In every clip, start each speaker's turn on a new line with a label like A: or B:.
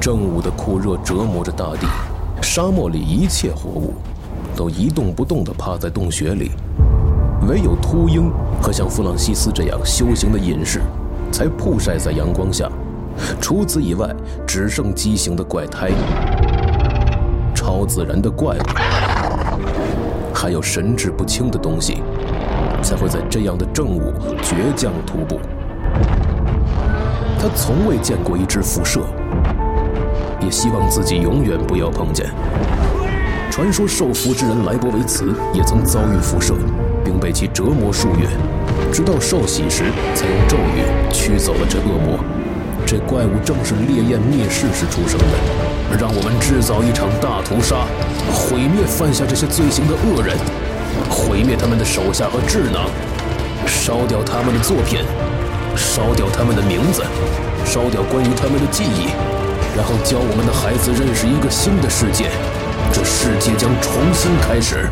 A: 正午的酷热折磨着大地，沙漠里一切活物都一动不动地趴在洞穴里，唯有秃鹰和像弗朗西斯这样修行的隐士，才曝晒在阳光下。除此以外，只剩畸形的怪胎、超自然的怪物，还有神志不清的东西，才会在这样的正午倔强徒步。他从未见过一只辐射，也希望自己永远不要碰见。传说受福之人莱博维茨也曾遭遇辐射，并被其折磨数月，直到受洗时才用咒语驱走了这恶魔。这怪物正是烈焰灭世时出生的，让我们制造一场大屠杀，毁灭犯下这些罪行的恶人，毁灭他们的手下和智囊，烧掉他们的作品。烧掉他们的名字，烧掉关于他们的记忆，然后教我们的孩子认识一个新的世界，这世界将重新开始。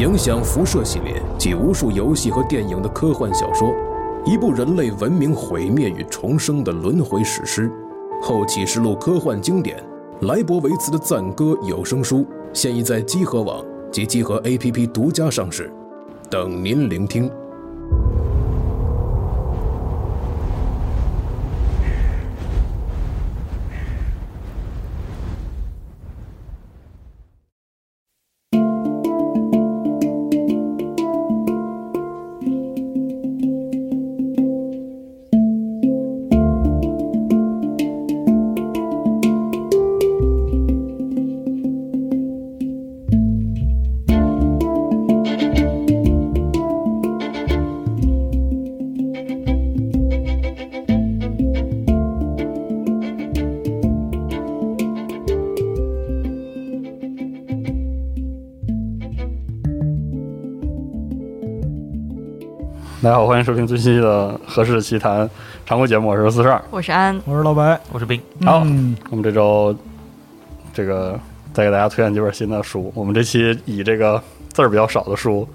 A: 影响辐射系列及无数游戏和电影的科幻小说，一部人类文明毁灭与重生的轮回史诗，后启示录科幻经典，莱博维茨的赞歌有声书现已在积禾网及积禾 APP 独家上市。等您聆听。
B: 大家好，欢迎收听最新一期的《何氏奇谈》常规节目，我是四十二。
C: 我是安，
D: 我是老白。
E: 我是冰，
B: 好，
D: 嗯，
B: 我们这周这个再给大家推荐几本新的书。我们这期以这个字儿比较少的书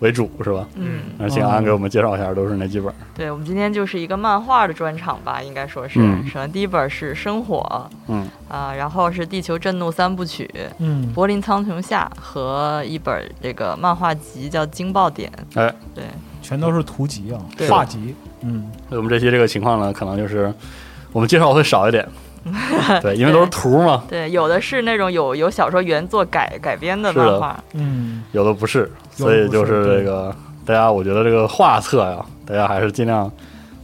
B: 为主，是吧？
C: 嗯，
B: 那请安给我们介绍一下，都是哪几本？
C: 对，我们今天就是一个漫画的专场吧，应该说是。
B: 嗯
C: 首先第一本是《生火》，
B: 嗯
C: 啊、然后是《地球震怒三部曲》《
D: 嗯，
C: 柏林苍穹下》和一本这个漫画集叫《惊爆点》。
D: 嗯
B: 哎，
C: 对，
D: 全都是图集啊
C: 对，
D: 画集。嗯，
B: 我们这期这个情况呢，可能就是我们介绍会少一 点，对，因为都是图嘛，
C: 对，有的是那种有有小说原作改改编的
B: 是的
C: 漫画，
D: 嗯，
B: 有的不是，
D: 有的不
B: 所
D: 是
B: 以就是这个大家，我觉得这个画册呀，大家还是尽量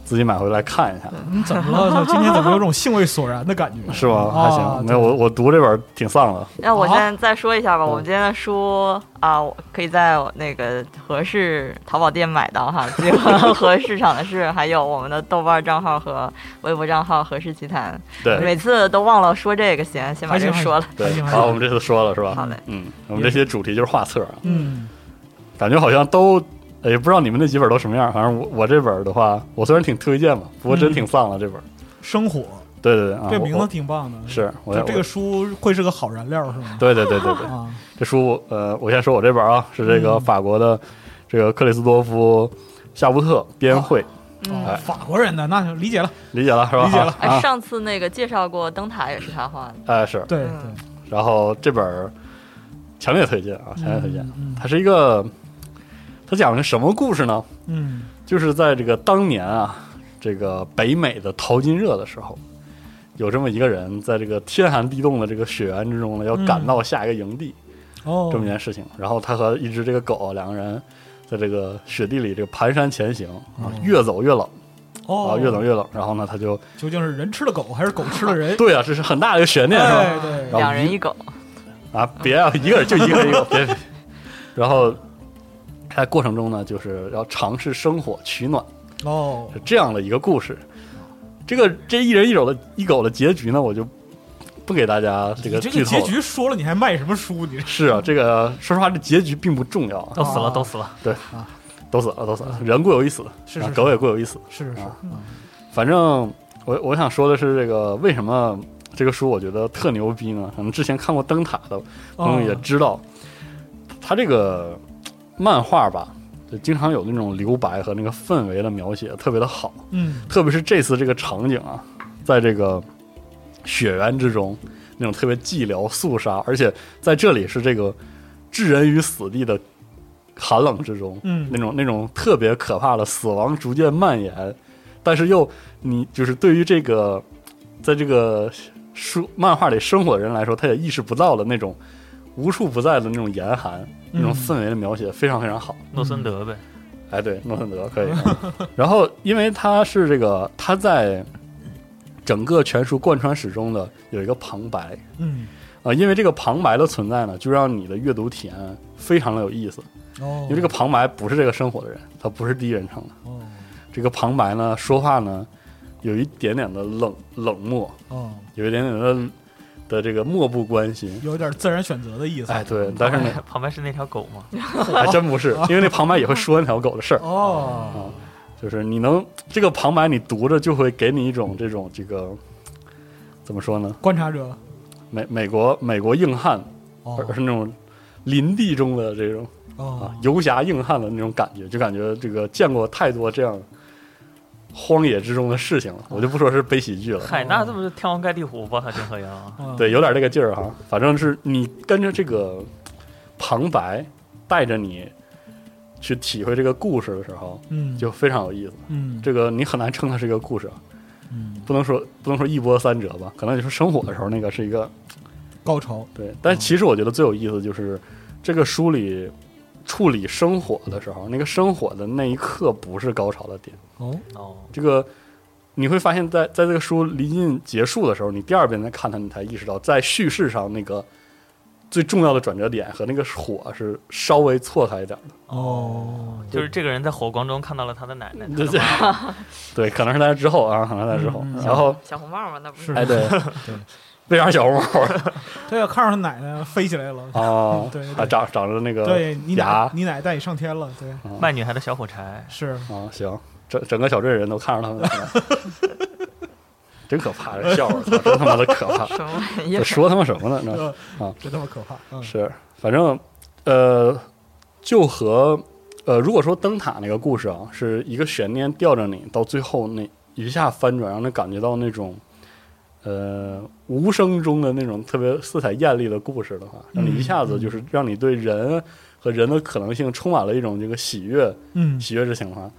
B: 自己买回来看一下。
D: 你怎么了？今天怎么有种兴味索然的感觉？
B: 是吗？
D: 啊
B: 还行，没有
D: 对
B: 我我读这本儿挺丧的，
C: 那我
D: 啊
C: 先再说一下
B: 嗯
C: 吧，我们今天的书啊，我可以在我那个合适淘宝店买到哈， 集合和市场的市，还有我们的豆瓣账号和微博账号“和氏奇谈”。
B: 对
C: 每次都忘了说这个，先先把这个说了。
D: 还
B: 对。
D: 行还
B: 好，
D: 行
B: 我们这次说了是
C: 好
B: 吧？
C: 嘞，
B: 嗯，我们这些主题就是画册啊，
D: 嗯，
B: 感觉好像都，哎也不知道你们那几本都什么样。反正我我这本儿的话，我虽然挺推荐嘛，不过
C: 嗯
B: 真挺丧的这本儿。
D: 生火
B: 对对对啊，
D: 这
B: 我
D: 名字
B: 我
D: 挺棒的。
B: 是我
D: 就这个
B: 我
D: 书会是个好燃料是吗？
B: 对对对对对，
D: 啊，
B: 这书呃，我先说我这本儿啊，是这个
D: 嗯
B: 法国的这个克里斯多夫夏布特编绘，
C: 嗯
B: 哎，
D: 哦法国人的那就理解了。
B: 理解了是吧？
D: 理解了
C: 哎，
B: 啊，
C: 上次那个介绍过灯塔也是他画的，
B: 哎是，
D: 对
C: 嗯
D: 对，
B: 然后这本儿强烈推荐啊，强烈推荐。
D: 嗯
B: 它是一个，它讲的是什么故事呢？
D: 嗯
B: 就是在这个当年啊，这个北美的淘金热的时候，有这么一个人，在这个天寒地冻的这个雪原之中呢，要赶到下一个营地，
D: 哦，
B: 这么一件事情。然后他和一只这个狗啊两个人在这个雪地里这个蹒跚前行啊，越走越冷啊，
D: 哦，
B: 越走越冷。然后呢，他就
D: 究竟是人吃了狗还是狗吃 了人？
B: 对啊，这是很大的一个悬念是吧？
D: 哎对，
B: 然后
C: 两人
B: 一
C: 一狗，
B: 啊，别啊，一个人就一个人一个，别。别然后在过程中呢，就是要尝试生火取暖。
D: 哦
B: 是这样的一个故事。这个这一人一狗的一狗的结局呢，我就不给大家这个
D: 你这
B: 剧
D: 个
B: 透
D: 结
B: 了。
D: 局说了，你还卖什么书？ 你这
B: 是啊，这个说实话，这结局并不重要啊，
E: 都死了，
D: 啊
E: 都死了。
B: 都死了，都死了，人固有一死，
D: 是
B: 啊
D: 是
B: 狗也固有一死。
D: 是是是
B: 啊
D: 嗯
B: 反正我我想说的是，这个为什么这个书我觉得特牛逼呢？可能之前看过《灯塔》的朋友也
D: 哦
B: 知道，它这个漫画吧，就经常有那种留白和那个氛围的描写，特别的好。
D: 嗯
B: 特别是这次这个场景啊，在这个雪原之中，那种特别寂寥肃杀，而且在这里是这个置人于死地的寒冷之中，
D: 嗯
B: 那种那种特别可怕的死亡逐渐蔓延，但是又你就是对于这个在这个书漫画里生活的人来说，他也意识不到的那种无处不在的那种严寒，那种
D: 嗯
B: 氛围的描写非常非常好。
E: 诺森德呗，
B: 哎，对，诺森德可以。 嗯然后，因为他是这个，他在整个全书贯穿始终的有一个旁白
D: 嗯
B: 啊、呃因为这个旁白的存在呢，就让你的阅读体验非常的有意思。
D: 哦，
B: 因为这个旁白不是这个生活的人，他不是第一人称的，
D: 哦
B: 这个旁白呢，说话呢有一点点的冷冷漠，
D: 哦，
B: 有一点点的的这个漠不关心。
D: 有点自然选择的意思。
B: 哎，对，但是呢，
E: 旁边是那条狗嘛，
B: 还真不是，因为那旁白也会说那条狗的事儿。
D: 哦，
B: 啊，就是你能这个旁白，你读着就会给你一
D: 嗯
B: 种这种这个怎么说呢？
D: 观察者
B: 美美国美国硬汉，
D: 哦
B: 而是那种林地中的这种啊
D: 哦
B: 游侠硬汉的那种感觉，就感觉这个见过太多这样荒野之中的事情了。
D: 哦
B: 我就不说是悲喜剧了，
E: 嗨，那这不是天王盖地虎吧？他真和阳啊，
D: 哦
B: 对，有点这个劲儿哈。反正是你跟着这个旁白带着你去体会这个故事的时候，
D: 嗯
B: 就非常有意思。
D: 嗯
B: 这个你很难称它是一个故事啊。
D: 嗯
B: 不能说不能说一波三折吧，可能你说生火的时候那个是一个
D: 高潮
B: 对，但其实我觉得最有意思就是这个书里处理生火的时候，那个生火的那一刻不是高潮的点，
D: 哦
E: 哦，
B: 这个你会发现在在这个书临近结束的时候，你第二遍再看它，你才意识到在叙事上那个最重要的转折点和那个火是稍微错开一点的，
D: 哦
E: 就是这个人在火光中看到了他的奶奶，
B: 对
E: 他的妈妈
B: 对，可能是在之后啊，可能是在之后，
D: 嗯嗯
B: 然后
C: 小红帽嘛，那不
D: 是
B: 哎 对
D: 对。
B: 为啥小红帽
D: 对啊，看上他奶奶飞起来了。
B: 啊？
D: 对对
B: 啊，长长着那个
D: 对你奶
B: 牙
D: 你奶带你上天了，对，
E: 卖女孩的小火柴，
D: 是
B: 啊，行，整整个小镇人都看着他们了， 真可怕，这笑话，操真他妈的可怕！
C: 什么玩意
B: 这
C: 儿？
B: 说他妈什么呢？
D: 呃
B: 啊，
D: 真他妈可怕。
B: 那
D: 嗯
B: 是反正呃，就和呃，如果说灯塔那个故事啊，是一个悬念吊着你，到最后那一下翻转，让你感觉到那种。呃，无声中的那种特别色彩艳丽的故事的话，让你一下子就是让你对人和人的可能性充满了一种这个喜悦，
D: 嗯
B: 喜悦之情哈。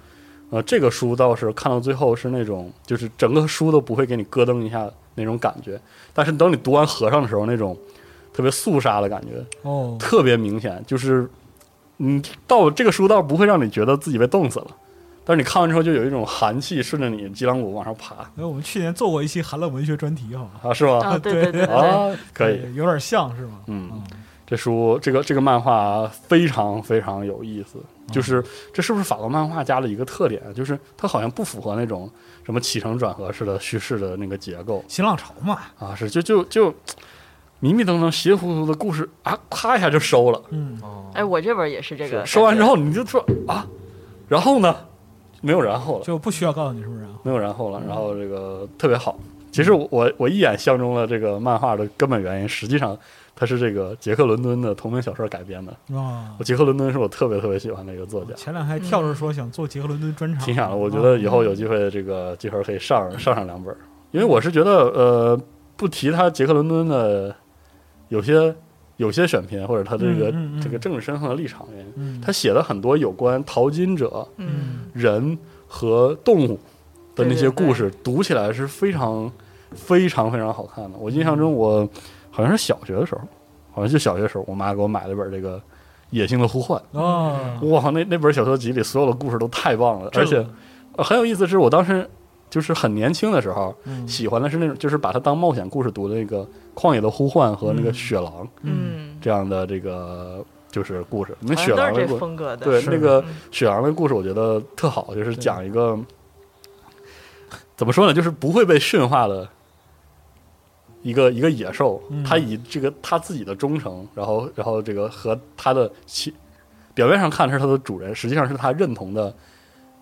B: 呃，这个书倒是看到最后是那种，就是整个书都不会给你咯噔一下那种感觉，但是等你读完和尚的时候，那种特别肃杀的感觉
D: 哦
B: 特别明显，就是你到这个书倒不会让你觉得自己被冻死了，但是你看完之后就有一种寒气顺着你脊梁骨往上爬
D: 哎，我们去年做过一期寒冷文学专题，好吧？
B: 啊，是吗？
C: 啊，对对对对对，
B: 啊，可以，
D: 对，有点像是吗？
B: 嗯。这书这个这个漫画非常非常有意思，就是这是不是法国漫画家的一个特点？就是它好像不符合那种什么起承转合式的叙事的那个结构
D: 新浪潮嘛，
B: 啊，是就就就迷迷瞪瞪、邪乎乎的故事啊，咔一下就收了，
D: 嗯，
E: 哦，
C: 哎，我这本也是这个。
B: 收完之，后你就说啊，然后呢，没有然后了，
D: 就不需要告诉你是不是啊？
B: 没有然后了，然后这个特别好。其实我我我一眼相中了这个漫画的根本原因，实际上它是这个杰克·伦敦的同名小说改编的。
D: 啊
B: 我，杰克·伦敦是我特别特别喜欢的一个作家，
D: 前两天还跳着说想做杰克伦敦专场，哦嗯
B: 挺想的。我觉得以后有机会，这个集合可以上上上两本儿，因为我是觉得，呃，不提他杰克伦敦的有些有些选片或者他这个、
D: 嗯嗯嗯
B: 这个政治身份的立场原因，
D: 嗯，
B: 他写了很多有关淘金者、
C: 嗯，
B: 人和动物的那些故事，读起来是非常非常非常好看的。我印象
D: 嗯
B: 中，我好像是小学的时候，好像就小学的时候，我妈给我买了一本这个《野性的呼唤》。
D: 哦，
B: 哇，那那本小说集里所有的故事都太棒了，而且、呃很有意思。是我当时就是很年轻的时候，
D: 嗯
B: 喜欢的是那种就是把它当冒险故事读的那个《旷野的呼唤》和那个《雪狼》
C: 嗯，
B: 这样的这个就是故事。那
C: 好
B: 雪
C: 像都
B: 狼
C: 是
B: 的
C: 这
B: 故事，
C: 风格的。
B: 对
D: 是
B: 那个
C: 嗯
B: 雪狼的故事，我觉得特好，就是讲一个怎么说呢，就是不会被驯化的。一个一个野兽，
D: 嗯
B: 它以这个它自己的忠诚，然后然后这个和它的其表面上看是它的主人，实际上是它认同的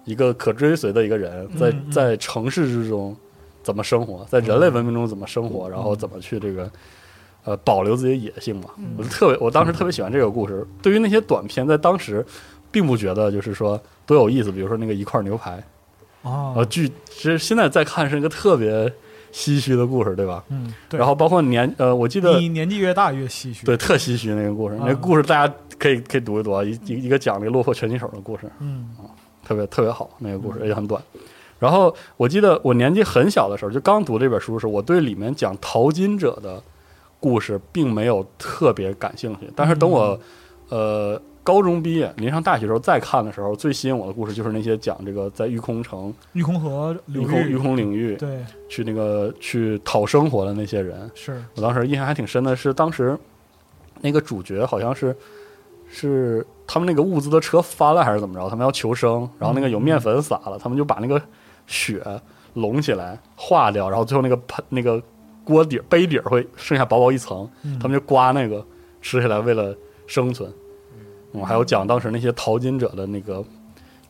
B: 一个可追随的一个人，在
D: 嗯嗯嗯
B: 在城市之中怎么生活，在人类文明中怎么生活，然后怎么去这个呃
D: 嗯
B: 保留自己的野性嘛。我就特别，我当时特别喜欢这个故事。对于那些短片，在当时并不觉得就是说多有意思。比如说那个一块牛排，呃，
D: 哦，
B: 剧其实现在再看是一个特别唏嘘的故事，对吧？
D: 嗯，对。
B: 然后包括年呃，我记得
D: 你年纪越大越唏嘘，
B: 对，特唏嘘那个故事，那个
D: 嗯
B: 故事大家可以可以读一读啊，一一一个讲那个落魄拳击手的故事，
D: 嗯
B: 特别特别好，那个故事也很短。然后我记得我年纪很小的时候，就刚读这本书的时候，我对里面讲淘金者的故事并没有特别感兴趣。但是等我
D: 嗯
B: 呃高中毕业，临上大学的时候再看的时候，最吸引我的故事就是那些讲这个在育空城、
D: 玉空河
B: 育
D: 流
B: 空
D: 域
B: 育空领域
D: 对
B: 去那个去讨生活的那些人。
D: 是
B: 我当时印象还挺深的是，当时那个主角好像是是他们那个物资的车翻了还是怎么着，他们要求生，然后那个有面粉撒了，他们就把那个雪拢起来化掉，然后最后那个盆那个锅底儿杯底儿会剩下薄薄一层，
D: 嗯
B: 他们就刮那个吃下来为了生存。嗯，还有讲当时那些淘金者的那个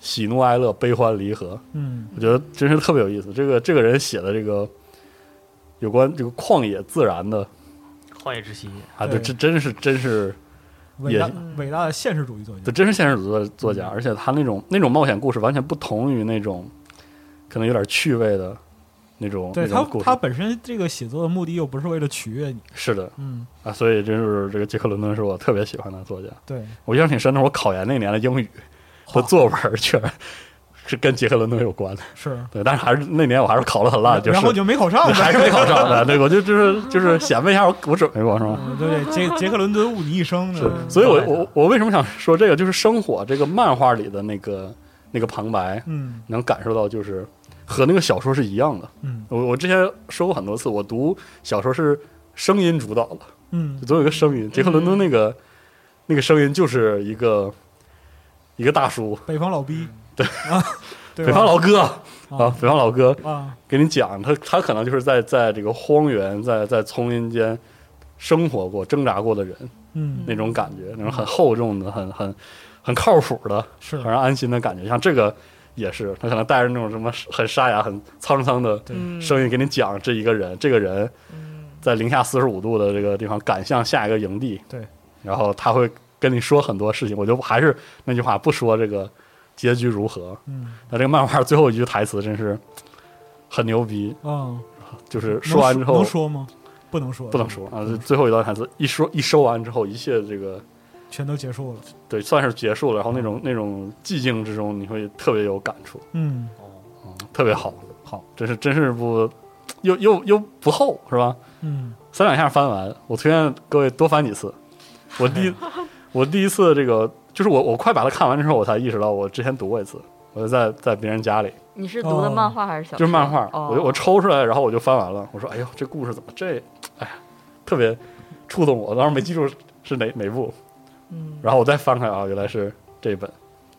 B: 喜怒哀乐、悲欢离合，
D: 嗯
B: 我觉得真是特别有意思。这个这个人写的这个有关这个旷野自然的
E: 旷野之息，
B: 啊，
D: 对
B: 对，这真是真是，
D: 伟大
B: 也
D: 伟大的现实主义作
B: 这
D: 家，
B: 真是现实主义作作
D: 嗯
B: 家，而且他那种那种冒险故事完全不同于那种可能有点趣味的那种
D: 对
B: 那
D: 他
B: 种故事
D: 他。本身这个写作的目的又不是为了取悦你，
B: 是的
D: 嗯
B: 啊，所以真是这个杰克伦敦是我特别喜欢的作家。
D: 对，
B: 我印象挺深的，我考研那年的英语和作文儿全是跟杰克伦敦有关的。
D: 是，
B: 对，但是还是那年我还是考得很烂，啊就是
D: 然后就没考上呗，
B: 还是没考上的。对，我就就是就是显摆一下我我准备过是吗？
D: 嗯对对，杰杰克伦敦误你一生
B: 是
D: 的，，
B: 所以我
E: 嗯
B: 我我为什么想说这个？就是生活这个漫画里的那个那个旁白，
D: 嗯
B: 能感受到，就是和那个小说是一样的。
D: 嗯
B: 我我之前说过很多次，我读小说是声音主导的，
D: 嗯
B: 就总有一个声音。杰克伦敦那个、那个声音就是一个一个大叔，
D: 北方老逼，对啊，
B: 嗯北方老哥啊
D: 啊，
B: 北方老哥
D: 啊，
B: 给你讲，他他可能就是在在这个荒原，在在丛林间生活过、挣扎过的人，
D: 嗯
B: 那种感觉，那种很厚重的、很很很靠谱的、
D: 是
B: 很，让安心的感觉。像这个也是，他可能带着那种什么很沙哑、很沧桑的
D: 对
C: 嗯
B: 声音给你讲这一个人，这个人
C: 嗯
B: 在零下四十五度的这个地方赶向下一个营地，
D: 对，
B: 然后他会跟你说很多事情。我就还是那句话，不说这个结局如何，
D: 嗯
B: 那这个漫画最后一句台词真是很牛逼，
D: 啊，
B: 就是
D: 能
B: 说完之后
D: 能说嗯吗？不能说，
B: 不能，说啊，这最后一段台词一说一说完之后，一切这个。
D: 全都结束了，
B: 对，算是结束了。然后那种那种寂静之中，你会特别有感触，
D: 嗯
B: 嗯，特别好，
D: 好，
B: 真是真是不，又又又不厚是吧？
D: 嗯
B: 三两下翻完，我推荐各位多翻几次。我 第一我第一次这个就是我我快把它看完之后，我才意识到我之前读过一次，我就在在别人家里，
C: 你是读的漫画还是小
B: 哦
C: 说？
B: 就是漫画，
C: 哦、
B: 我就我抽出来，然后我就翻完了。我说，哎呦，这故事怎么这，哎呀，特别触动我。当时没记住是哪哪部，
C: 嗯，
B: 然后我再翻开啊，原来是这一本，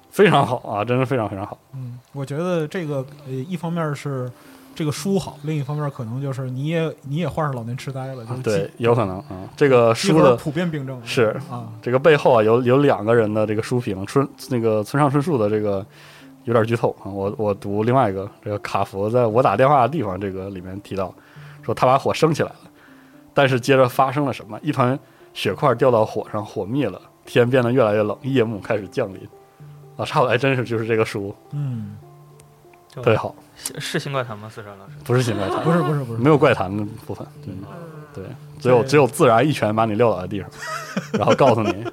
B: 非常好啊，真是非常非常好。
D: 嗯，我觉得这个呃，一方面是。这个书好，另一方面可能就是你也你也患上老年痴呆了，就是
B: 对
D: 记，
B: 有可能啊、这个
D: 一
B: 书
D: 会儿
B: 的
D: 普遍病症
B: 是
D: 啊，
B: 这个背后啊，有有两个人的这个书评，村那个村上春树的这个有点剧透啊。我我读另外一个，这个卡佛在我打电话的地方这个里面提到，说他把火升起来了，但是接着发生了什么？一团雪块掉到火上，火灭了，天变得越来越冷，夜幕开始降临。啊，差不多还真是就是这个书
D: 嗯，
E: 特
B: 特别好，
E: 是是新怪谈吗？四十二老师，
B: 不是新怪谈，
D: 不是不是
E: 嗯
D: 不是，
B: 没有怪谈的部分，对对，只有
D: 对
B: 只有自然一拳把你撂倒在地上，然后告诉你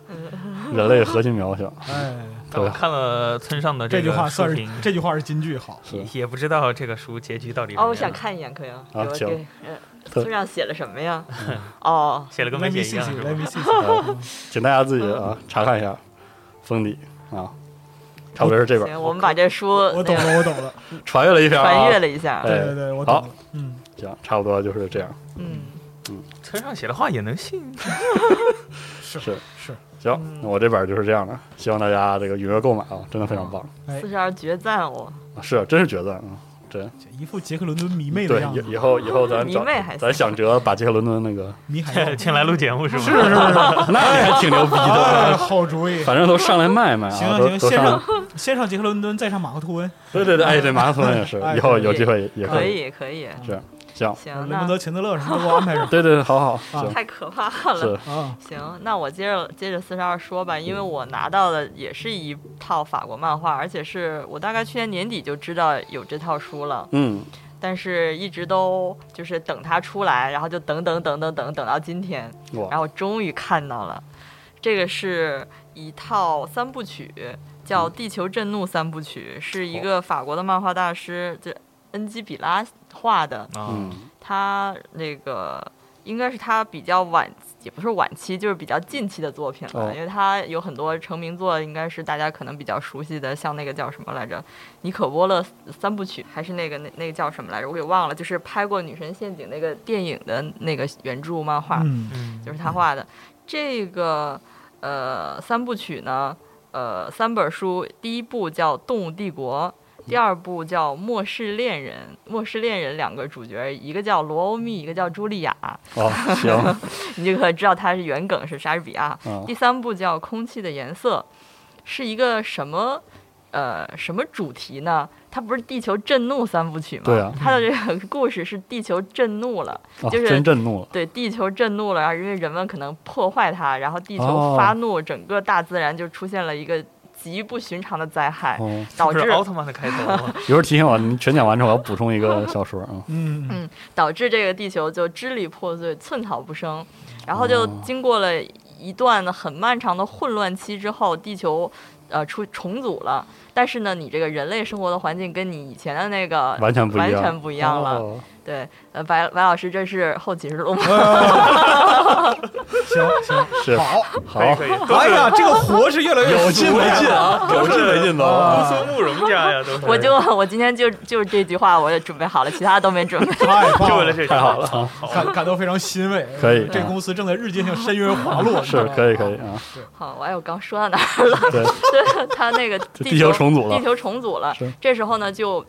B: 人类核心渺小。
D: 哎，
E: 但我看了村上的
D: 这句
E: 个
D: 话
E: 书
D: 算是
E: 评，
D: 这句话是金句好，
B: 是
E: 也不知道这个书结局到底是
C: 哦，我
E: 怎样
C: 想看一眼，可以吗？
B: 啊
C: 给我
B: 行
C: 给呃
B: 特嗯
C: 村上写了什么呀？ 哦，
E: 写了跟
D: 来
E: 没
D: 米
E: 写一
D: 细
E: 样
D: 细，
E: 是
D: 来米
E: 吧？
D: 细细，
B: 呃请大家自己
C: 嗯
B: 啊查看一下封底啊，差不多是这本
C: 哎行，我们把这书
D: 我懂
C: 那个
D: 了我懂了，
B: 穿越了一下啊，
C: 翻阅了一下，
B: 哎
D: 对对对，我懂了，嗯，
B: 行，差不多就是这样。
C: 嗯，
E: 村上写的话也能信？，
D: 是
B: 是
D: 是，
C: 嗯
B: 行，那我这本就是这样的，希望大家这个踊跃购买啊，真的非常棒，
D: 哎
C: 四，十二决战我，
B: 啊是真是绝赞啊！真
D: 一副杰克伦敦迷妹的
B: 对
D: 样子，
B: 以以后以后咱
C: 迷
B: 找
C: 妹还行
B: 咱想辙把杰克伦敦那 个，
D: 迷海妖
E: 请来录节目是吗？
D: 是是是，
B: 那也还挺牛逼的，
D: 哎，好主意。
B: 反正都上来卖卖
D: 行
B: 啊，都
D: 行
B: 都
D: 行，先
B: 上 来
D: 上先上杰克伦敦，再上马克吐温。
B: 对对对，哎，对，马拉松也是，
D: 哎
B: 以后
D: 可以
B: 有机会也
C: 可
B: 以。嗯
C: 以可以，
B: 这样行，
C: 行，
D: 雷
C: 嗯
D: 蒙
C: 那
D: 德·钱德勒什么都给我安排上
B: 对对，好好 行，
C: 太可怕了。
B: 是
D: 啊。
C: 行，那我接着接着四十二说吧，因为我拿到的也是一套法国漫画，而且是我大概去年年底就知道有这套书了，
B: 嗯
C: 但是一直都就是等它出来，然后就等等等等等等到今天，然
B: 哇，
C: 后终于看到了，这个是一套三部曲，叫《地球震怒三部曲》，是一个法国的漫画大师这恩基比拉画的，
E: 啊，
B: 嗯
C: 他那个应该是他比较晚，也不是晚期，就是比较近期的作品了，
B: 哦
C: 因为他有很多成名作，应该是大家可能比较熟悉的，像那个叫什么来着，尼可波勒三部曲，还是那个那那个叫什么来着，我给忘了，就是拍过《女神陷阱》那个电影的那个原著漫画，
D: 嗯，
E: 嗯，
C: 就是他画的。这个呃三部曲呢，呃三本书，第一部叫《动物帝国》，第
B: 嗯
C: 二部叫《末世恋人》。《末世恋人》两个主角，一个叫罗欧密，一个叫茱莉亚，
B: 哦行啊
C: 你就可知道他是原梗是莎士比亚。
B: 嗯
C: 第三部叫《空气的颜色》，是一个什么？呃，什么主题呢？它不是地球震怒三部曲吗？
B: 对啊
C: 它的这个故事是地球震怒了，
B: 啊，
C: 就是
B: 真震 怒了，
C: 对，地球震怒了，然后因为人们可能破坏它，然后地
B: 哦
C: 球发怒，整个大自然就出现了一个极不寻常的灾害，
B: 哦，
C: 导
E: 这不
C: 致
E: 是奥特曼的开头啊吗？
B: 一会儿提醒我，你全讲完之后我要补充一个小说啊，
D: 嗯
C: 嗯导致这个地球就支离破碎，寸草不生，然后就
B: 哦
C: 经过了一段很漫长的混乱期之后，地球呃出重组了，但是呢，你这个人类生活的环境跟你以前的那个
B: 完全不一
C: 完
B: 样，
C: 全不一样了。
B: 哦
C: 对，呃，白白老师这是后启示录吗？
D: 行行，
B: 是
D: 好，
B: 好
E: 可，以可 以，都
D: 哎
E: 是
D: 呀，这个活是越来越
B: 有进没进 啊？有进没进
D: 啊
B: 呢？
E: 公孙慕容家呀，都是。
C: 我就我今天就就是这句话，我也准备好了，其他都没准备。
D: 太棒
E: 就
D: 了
E: 为了，这
B: 太好了
E: 好
B: 啊
D: 感感到非常欣慰。
B: 可以
D: 这公司正在日渐向深渊滑落。
B: 是可以可
D: 以。
B: 以 啊，
C: 好，哎，我刚说到哪儿？
B: 对，
C: 对，他那 个
B: 地球
C: 球
B: 重组了
C: 地球重组了
B: 是。
C: 这时候呢，就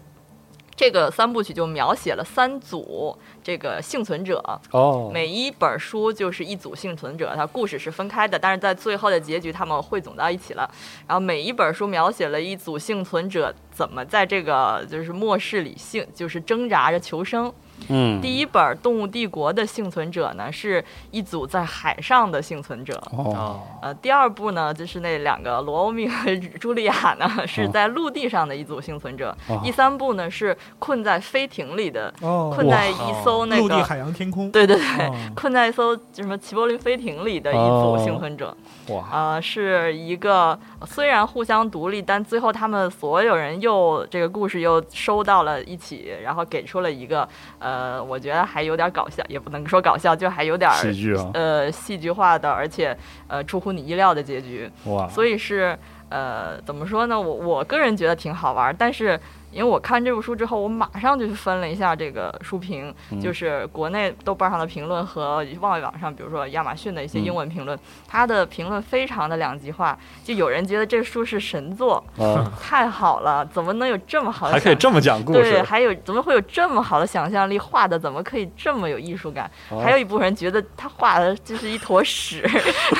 C: 这个三部曲就描写了三组这个幸存者，
B: 哦，
C: 每一本书就是一组幸存者，它故事是分开的，但是在最后的结局他们汇总到一起了。然后每一本书描写了一组幸存者怎么在这个就是末世里幸就是挣扎着求生。
B: 嗯，
C: 第一本《动物帝国》的幸存者呢，是一组在海上的幸存者。
B: 哦，
E: 哦，
C: 呃，第二部呢，就是那两个罗欧密和茱莉亚呢，
D: 哦
C: 是在陆地上的一组幸存者。
B: 哦
C: 第三部呢，是困在飞艇里的，
D: 哦，
C: 困在一艘那
D: 陆地、
C: 个，
D: 海洋、天空。
C: 对对
D: 哦
C: 对， 困在一艘什么齐柏林飞艇里的一组幸存者。
B: 哇，
C: 呃，是一个虽然互相独立，但最后他们所有人又这个故事又收到了一起，然后给出了一个呃，我觉得还有点搞笑，也不能说搞笑，就还有点儿
B: 喜剧啊，
C: 呃戏剧化的，而且呃出乎你意料的结局，
B: 哇，
C: 所以是呃怎么说呢？我我个人觉得挺好玩儿，但是因为我看这部书之后，我马上就去翻了一下这个书评，
B: 嗯
C: 就是国内豆瓣上的评论和外网上，比如说亚马逊的一些
B: 嗯
C: 英文评论，它的评论非常的两极化，就有人觉得这书是神作，
B: 啊，
C: 太好了，怎么能有这么好的
B: 还可以
C: 想？
B: 这么讲故
C: 对，
B: 事，
C: 还有怎么会有这么好的想象力？画的怎么可以这么有艺术感？
B: 哦
C: 还有一部分人觉得他画的就是一坨屎，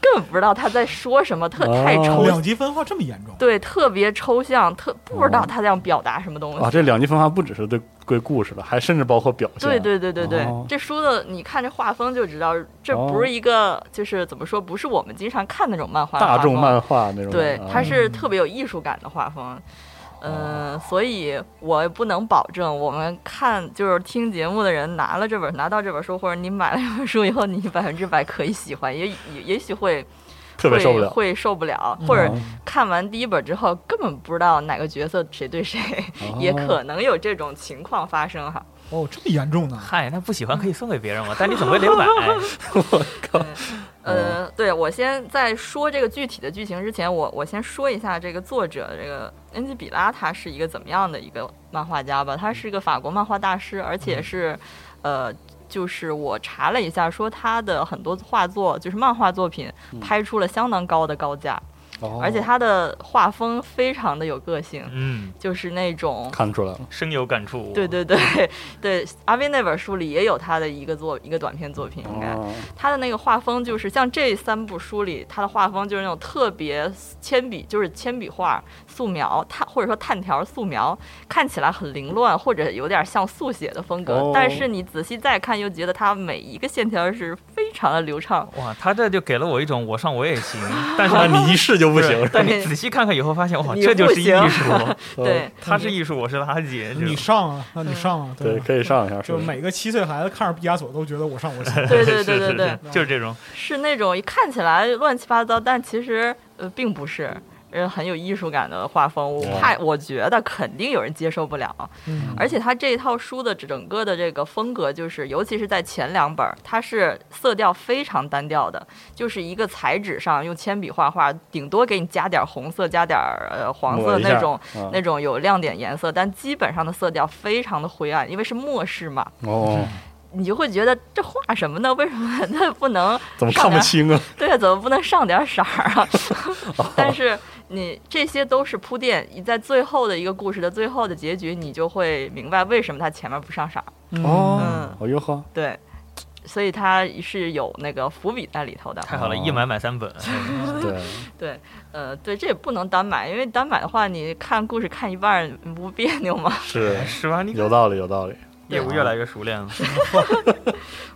C: 根本不知道他在说什么，特
B: 哦
C: 太抽象，
D: 两极分化这么严重？
C: 对，特别抽象，特不
B: 哦
C: 知道他想表达什么东西。
B: 啊，这两极分化不只是对归故事了，还甚至包括表现，
C: 对对对对对，
B: 哦
C: 这书的你看这画风就知道，这
B: 哦
C: 不是一个、就是怎么说，不是我们经常看那种漫画的画
B: 大
C: 风，
B: 众漫画那种，
C: 对，
B: 啊
C: 它是特别有艺术感的画风。嗯、
B: 哦
C: 所以我也不能保证我们看就是听节目的人拿了这本拿到这本书，或者你买了这本书以后，你百分之百可以喜欢，也也也许会
B: 特别受不了，
C: 会会受不了，或者
B: 啊
C: 看完第一本之后根本不知道哪个角色谁对谁，
B: 哦
C: 也可能有这种情况发生哈。
D: 哦，这么严重呢？
E: 嗨，那不喜欢可以送给别人嘛，但你总归 得买。
C: 呃，对我先在说这个具体的剧情之前，我我先说一下这个作者这个恩基比拉，他是一个怎么样的一个漫画家吧？他是一个法国漫画大师，而且是，呃，就是我查了一下，说他的很多画作，就是漫画作品，拍出了相当高的高价。
B: 哦
C: 而且他的画风非常的有个性，
E: 嗯，
C: 就是那种
B: 看出来了，
E: 深有感触。
C: 对对对 对，阿斌那本书里也有他的一个作一个短篇作品，应该、
B: 哦，
C: 他的那个画风就是像这三部书里，他的画风就是那种特别铅笔，就是铅笔画、素描、炭或者说炭条素描，看起来很凌乱，或者有点像速写的风格，
B: 哦
C: 但是你仔细再看，又觉得他每一个线条是非常的流畅。
E: 哇，他这就给了我一种我上我也 行，但是
B: 那你一试就不行，
E: 对
B: 是吧
E: 但你仔细看看以后发现，哇，
C: 你
E: 这就是
C: 不
E: 艺
C: 行
E: 术。
C: 对，
E: 他是艺术，我是垃圾。
D: 你
E: 就
D: 上啊，那你上啊，
B: 对，
D: 吧
B: 可以上一下，
D: 就是
B: 是吧
D: 每个七岁孩子看着毕加索都觉得我上我下，
C: 对对对
E: 是
C: 对
E: 是
C: 对
E: 是，就是这种。
C: 是那种一看起来乱七八糟，但其实呃并不是。呃，很有艺术感的画风，我
B: 嗯
C: 怕我觉得肯定有人接受不了。
D: 嗯
C: 而且它这一套书的整个的这个风格，就是尤其是在前两本儿，它是色调非常单调的，就是一个彩纸上用铅笔画画，顶多给你加点儿红色，加点儿呃黄
B: 抹
C: 色
B: 一下
C: 那种、
B: 啊
C: 那种有亮点颜色，但基本上的色调非常的灰暗，因为是末世嘛，
B: 哦，
C: 你就会觉得这画什么呢？为什么那不能
B: 怎么看不清啊？
C: 对啊，怎么不能上点色儿啊？但是你这些都是铺垫，你在最后的一个故事的最后的结局，你就会明白为什么他前面不上色儿。
B: 哦
C: 嗯，
B: 哎呦呵，
C: 对，所以它是有那个伏笔在里头的。
E: 太好了，
B: 哦
E: 一买买三 本。
B: 对，
C: 对，呃，对，这也不能单买，因为单买的话，你看故事看一半儿你不别扭吗？
B: 是
E: 哎是吧？你
B: 有道理，有道理。
E: 业务越来越熟练了。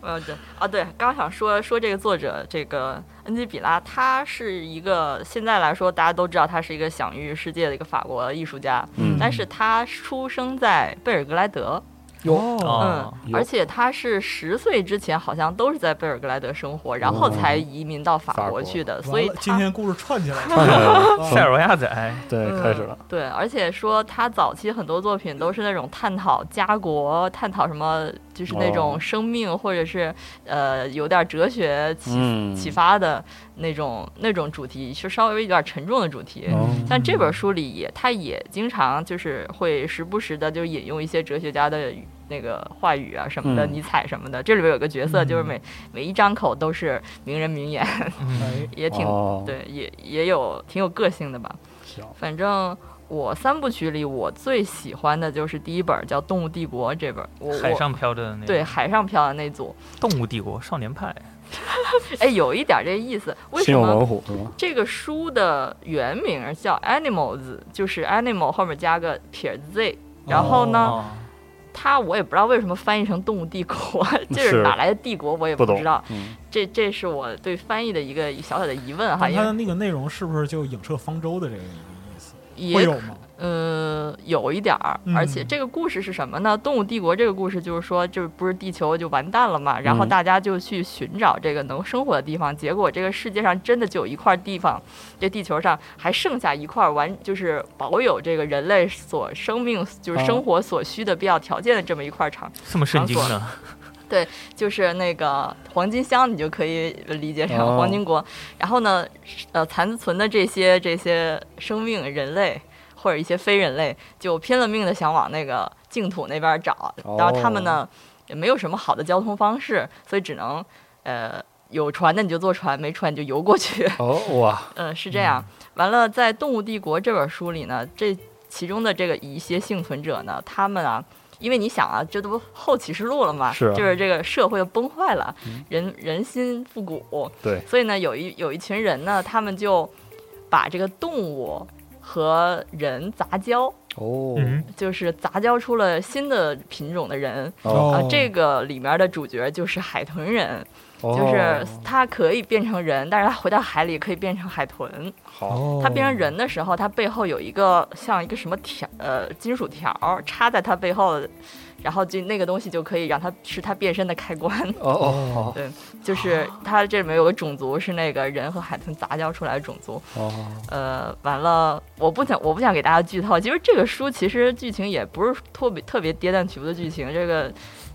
C: 呃，对啊，对，刚想说说这个作者这个恩基比拉，他是一个现在来说大家都知道他是一个享誉世界的一个法国艺术家，
B: 嗯
C: 但是他出生在贝尔格莱德，
D: 哟，
E: 哦，
C: 嗯，
B: 哟
C: 而且他是十岁之前好像都是在贝尔格莱德生活，然后才移民到
B: 法
C: 法
B: 国
C: 国去的，所
D: 完
C: 以
D: 了，
C: 他
D: 今天故事串起来 了，
B: 看起来了
D: 啊
E: 塞尔维亚仔，
B: 对，
C: 嗯
B: 开始了。
C: 对，而且说他早期很多作品都是那种探讨家国、探讨什么，就是那
B: 哦
C: 种生命，或者是呃有点哲学启、
B: 嗯，
C: 启发的那种那种主题，是稍微有点沉重的主题。
B: 哦
C: 像这本书里也，他也经常就是会时不时的就引用一些哲学家的语那个话语啊什么的，
B: 嗯
C: 尼采什么的。这里边有个角色，就是每每一张口都是名人名言，
D: 哎，
C: 也挺、
B: 哦，啊
C: 对，也也有挺有个性的吧。
B: 行，
C: 反正我三部曲里，我最喜欢的就是第一本儿叫《动物帝国》这本儿，我
E: 海
C: 我
E: 上飘着的那
C: 对
E: 个
C: 海上漂的那组，
E: 动物帝国少年派，
C: 哎，有一点儿这意思。为
B: 心
C: 什
B: 有
C: 么
B: 猛虎是吗？
C: 这个书的原名儿叫《Animals》，就是 animal 后面加个撇 z，然后呢，
E: 哦
C: 它我也不知道为什么翻译成《动物帝国》， 这
B: 是
C: 是哪来的帝国，我也
B: 不
C: 不
B: 懂
C: 知道。
B: 嗯，
C: 这这是我对翻译的一个小小的疑问哈，
D: 但
C: 因
D: 它的
C: 为
D: 那个内容是不是就影射方舟的这个意思？
C: 也
D: 会有吗？
C: 呃，有一点儿，
D: 嗯
C: 而且这个故事是什么呢？动物帝国这个故事就是说，就是不是地球就完蛋了嘛，然后
B: 嗯
C: 大家就去寻找这个能生活的地方，结果这个世界上真的就有一块地方，这地球上还剩下一块完，就是保有这个人类所生命就是
B: 哦
C: 生活所需的必要条件的这么一块场，
E: 这么圣经呢？
C: 就是那个黄金箱，你就可以理解成
B: 哦
C: 黄金国。然后呢，呃，残存的这些这些生命，人类或者一些非人类，就拼了命的想往那个净土那边找
B: 哦。
C: 然后他们呢，也没有什么好的交通方式，所以只能呃有船的你就坐船，没船你就游过去。
B: 哦哇，
C: 嗯，是这样。完了，在《动物帝国》这本书里呢，这其中的这个一些幸存者呢，他们啊，因为你想啊，这都不后启示录了嘛，
B: 是啊嗯
C: 就是这个社会崩坏了，人人心复古，
B: 对，
C: 所以呢，有一有一群人呢，他们就把这个动物和人杂交，
B: 哦，
E: 嗯，
C: 就是杂交出了新的品种的人
B: 哦，
C: 啊、这个里面的主角就是海豚人，
B: 哦
C: 就是它可以变成人，但是它回到海里可以变成海豚。
B: 好，
D: 哦
C: 它变成人的时候，它背后有一个像一个什么条呃金属条儿插在它背后，然后就那个东西就可以让它是它变身的开关。
B: 哦哦
C: 就是它这里面有个种族是那个人和海豚杂交出来的种族。
B: 哦哦，
C: 呃，完了，我不想我不想给大家剧透。其实这个书其实剧情也不是特别特别跌宕起伏的剧情，这个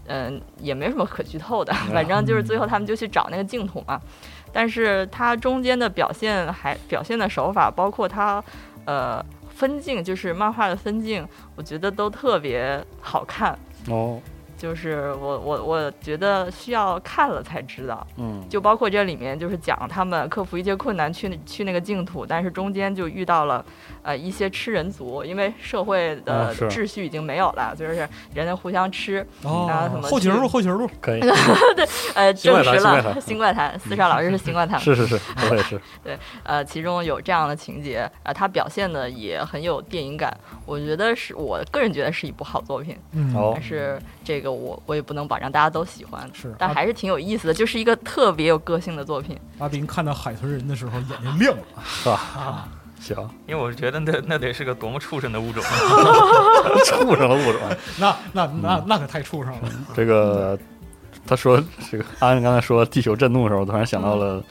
C: 嗯、也没什么可剧透的。反正就是最后他们就去找那个净土嘛，但是它中间的表现还表现的手法，包括它呃分镜，就是漫画的分镜，我觉得都特别好看。
B: 哦，
C: 就是我我我觉得需要看了才知道，
B: 嗯，
C: 就包括这里面就是讲他们克服一切困难去那去那个净土，但是中间就遇到了呃一些吃人族，因为社会
B: 啊
C: 的
B: 是
C: 秩序已经没有了，就是人家互相吃，然后
D: 哦
C: 什，么
D: 后起人录，
C: 去
D: 后起人录，
B: 可以，
C: 呃，
B: 新怪
C: 证
B: 谈
C: 实
B: 新怪谈
C: 了新怪谈，四少老师是新怪谈，
B: 是是是，我也是，
C: 呃，其中有这样的情节啊、呃，他表现的也很有电影感，我觉得是我个人觉得是一部好作品，
D: 嗯，
B: 哦
C: 但，是这个我我也不能保证大家都喜欢，
D: 是
C: 但还是挺有意思的，就是一个特别有个性的作品。
D: 阿斌看到海豚人的时候眼睛亮了，
B: 是吧？行，
E: 因为我觉得那那得是个多么畜生 的物种。啊
B: 畜生了物种。
D: 那那
B: 嗯
D: 那那可太畜生了，
B: 这个他说这个安安刚才说地球震动的时候，我突然想到
C: 嗯
B: 了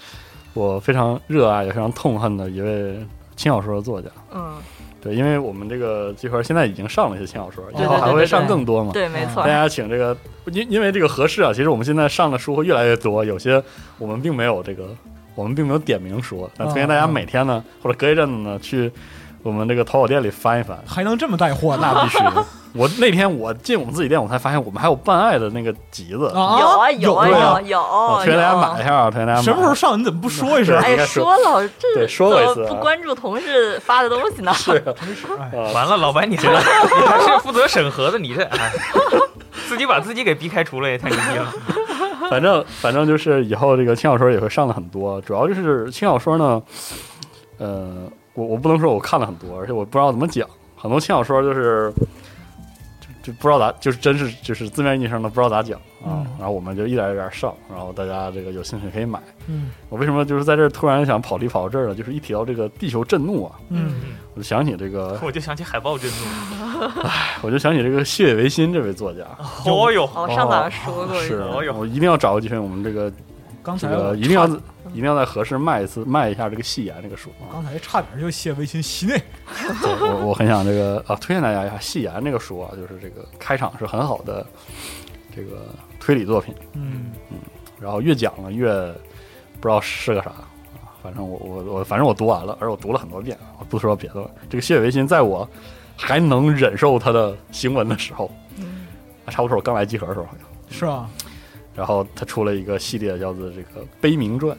B: 我非常热爱也非常痛恨的一位轻小说作家。
C: 嗯，
B: 对，因为我们这个集合现在已经上了一些轻小说，以
D: 对
B: 后
D: 对
B: 还
D: 对
B: 会
C: 对
B: 上
C: 对
B: 更多嘛。
C: 对，没错
B: 大。家请这个，因因为这个合适啊，其实我们现在上的书会越来越多，有些我们并没有这个，我们并没有点名说，但推荐大
D: 嗯
B: 家每天呢，或者隔一阵子呢，去我们这个淘宝店里翻一翻，
D: 还能这么带货呢？
B: 那必须的。 我那天我进我们自己店，我才发现我们还有办爱的那个集子，
D: 啊
C: 有啊有啊
B: 有啊
C: 有有，
B: 推荐大家买一下啊，推荐大家买。
D: 哦什么时候上？你怎么不说一声？啊
C: 哎
B: 应该，是
C: 说了，
B: 对
C: 这
B: 说过一
C: 怎
B: 次
C: 么
B: 啊
C: 不关注同事发的东西呢？
D: 哎，
C: 呃
B: 啊？
E: 完了，老白你这 你还是负责审核的，你这哎，自己把自己给逼开除了也太牛逼 了。
B: 反正反正就是以后这个轻小说也会上的很多，主要就是轻小说呢，呃，我我不能说我看了很多，而且我不知道怎么讲，很多轻小说就是就就不知道咋，就是真是就是字面意义上的不知道咋讲啊。
D: 嗯
B: 然后我们就一点一点上，然后大家这个有兴趣可以买。
D: 嗯
B: 我为什么就是在这儿突然想跑题跑到这儿呢？就是一提到这个地球震怒啊，
D: 嗯，
B: 我就想起这 个，
E: 我就想起海豹震怒，
B: 我就想起这个谢维新这位作 家，
E: 哦哟，
C: 哦，上早上说过一
B: 是啊
C: 次，
E: 哎呦
B: 我一定要找个机会，我们这个
D: 刚
B: 这
D: 才
B: 个
D: 我
B: 一定要一定要在合适卖一次卖一下这个戏言这个书啊。
D: 刚才差点就谢维新席内，
B: 对我我很想这个啊，推荐大家一下戏言这个书啊，就是这个开场是很好的这个推理作品，
D: 嗯，
B: 然后越讲了越不知道是个啥。啊反正我我我，反正我读完了，而且我读了很多遍，啊我不说别的了。这个谢维新，在我还能忍受他的行文的时候，
C: 嗯
B: 啊差不多是我刚来集合的时候，好像。
D: 是吧？
B: 然后他出了一个系列，叫做这个《悲鸣传》，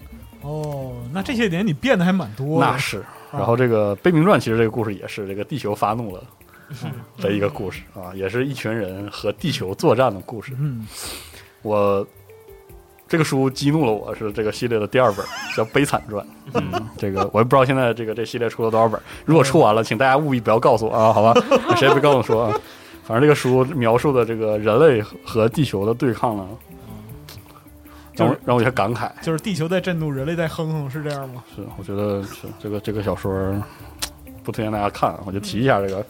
D: 哦，那这些年你变得还蛮多的，
B: 那是。然后这个《悲鸣传》其实这个故事也是这个地球发怒了
D: 嗯
B: 的一个故事啊，也是一群人和地球作战的故事。
D: 嗯，
B: 我这个书激怒了我，是这个系列的第二本，叫《悲惨传》。嗯，这个我也不知道现在这个这系列出了多少
D: 嗯
B: 本，如果出完了，请大家务必不要告诉我啊，好吧？ 谁也别跟我说啊。反正这个书描述的这个人类和地球的对抗呢，让
D: 就
B: 我
D: 是
B: 让我有些感慨。
D: 就是地球在震动，人类在哼哼，是这样吗？
B: 是，我觉得是这个这个小说儿不推荐大家看啊，我就提一下这个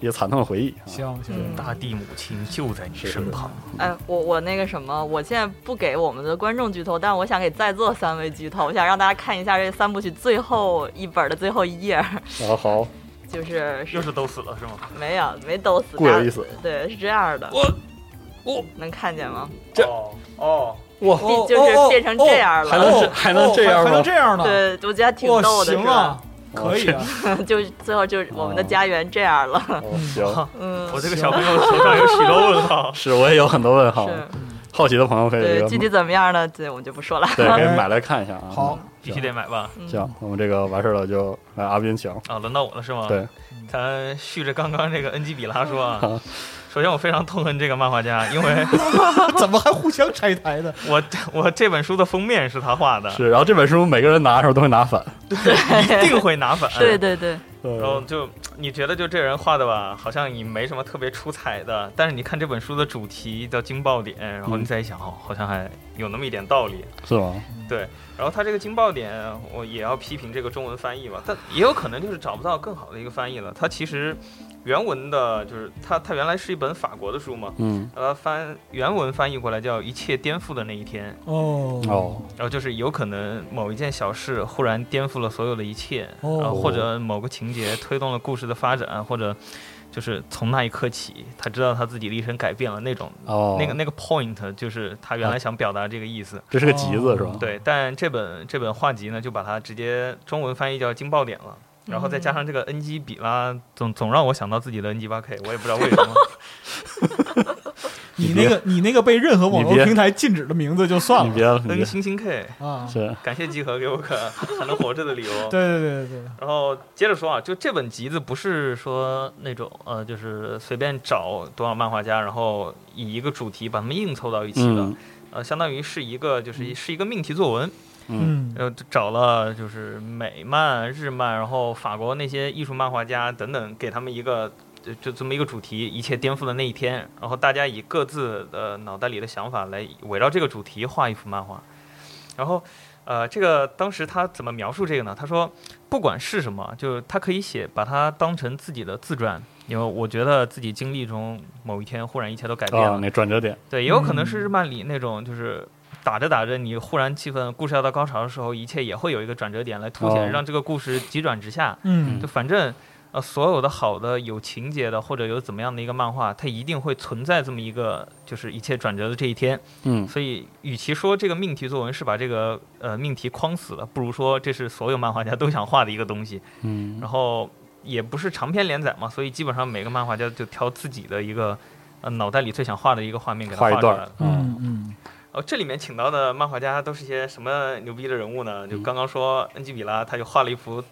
B: 一些惨痛的回忆啊。
D: 行行，
C: 嗯
E: 大地母亲就在你身旁。
C: 哎，我我那个什么，我现在不给我们的观众剧透，但我想给在座三位剧透，我想让大家看一下这三部曲最后一本的最后一页，
B: 然后啊好， 哦
C: 就是
E: 又
C: 是
E: 是都死了是吗？
C: 没有没都死，
B: 固有意思。
C: 对，是这样的。
E: 我我
C: 能看见吗？
B: 这
E: 哦哦，
B: 哇
C: 地就是变成这样
B: 还
C: 了，
B: 能
D: 哦
B: 这还能这
D: 哦
B: 样
D: 还
B: 吗
D: 能？这样呢？
C: 对，我觉得还挺
D: 哇，
C: 逗的，
D: 行
C: 是吧？
D: 啊，可以啊，
C: 就是最后就是我们的家园这样了，
B: 哦行，。
C: 嗯，
E: 我这个小朋友头上有许多问号
B: 是我也有很多问号，
C: 是，
B: 好奇的朋友可以这
C: 对，
B: 个
C: 具体怎么样呢？这我们就不说了。
B: 对可以买来看一下啊。
D: 好，
E: 必须得买吧？
C: 嗯
B: 行，我们这个完事儿了就来阿斌请。
E: 啊，轮到我了是吗？
B: 对，
E: 咱续着刚刚这个恩基比拉说
C: 嗯
E: 啊。首先，我非常痛恨这个漫画家，因为
D: 怎么还互相拆台的？
E: 我我这本书的封面是他画的，
B: 是，然后这本书每个人拿的时候都会拿反。
E: 一定会拿反。
C: 对 对对，
E: 然后就你觉得就这人画的吧，好像也没什么特别出彩的，但是你看这本书的主题叫惊爆点，然后你再一想，哦，好像还有那么一点道理。
B: 是吗？
E: 然后他这个惊爆点，我也要批评这个中文翻译吧，但也有可能就是找不到更好的一个翻译了。它其实原文的，就是它它原来是一本法国的书嘛，
B: 嗯，
E: 呃，翻原文翻译过来叫《一切颠覆的那一天》，
D: 哦
B: 哦，
E: 然后就是有可能某一件小事忽然颠覆了所有的一切，
D: 哦
E: 然后或者某个情节推动了故事的发展，或者就是从那一刻起，他知道他自己的一生改变了那种。
B: 哦，
E: 那个那个 point 就是他原来想表达这个意思，
B: 这是个集子是吧？
D: 哦
E: 对，但这本这本画集呢，就把它直接中文翻译叫《惊爆点》了。然后再加上这个 NG 比拉，总总让我想到自己的 NG 八 K，我也不知道为什么。
D: 你
B: 你
D: 那
B: 别
D: 个你那个被任何网
B: 你
D: 络
B: 别
D: 平台禁止的名字就算
B: 你
D: 了
B: 别了，你
E: 恩
B: 别
E: 星星 K，
D: 啊。
B: 是
E: 感谢集合给我个 还能活着的理由。
D: 对对对对
E: 然后接着说啊，就这本集子不是说那种呃，就是随便找多少漫画家，然后以一个主题把他们硬凑到一起的，
B: 嗯
E: 呃，相当于是一个就是一是一个命题作文，
D: 嗯
E: 呃，找了就是美漫、日漫，然后法国那些艺术漫画家等等，给他们一个就就这么一个主题，一切颠覆的那一天，然后大家以各自的脑袋里的想法来围绕这个主题画一幅漫画，然后。呃，这个当时他怎么描述这个呢？他说，不管是什么，就是他可以写，把它当成自己的自传，因为我觉得自己经历中某一天忽然一切都改变了
B: 啊，，那转折点，
E: 对，也有可能是日漫里那种，就是打着打着，你忽然气氛故事要到高潮的时候，一切也会有一个转折点来凸显，
B: 哦
E: 让这个故事急转直下。
D: 嗯
E: 就反正呃，所有的好的、有情节的，或者有怎么样的一个漫画，它一定会存在这么一个，就是一切转折的这一天。
B: 嗯
E: 所以，与其说这个命题作文是把这个呃命题框死了，不如说这是所有漫画家都想画的一个东西。
B: 嗯
E: 然后也不是长篇连载嘛，所以基本上每个漫画家就挑自己的一个呃脑袋里最想画的一个画面给它
B: 画一
E: 出来
B: 段
E: 了。
B: 儿啊，
D: 嗯嗯，
E: 哦，这里面请到的漫画家都是一些什么牛逼的人物呢？就
B: 嗯
E: 刚刚说恩基比拉，他就画了一幅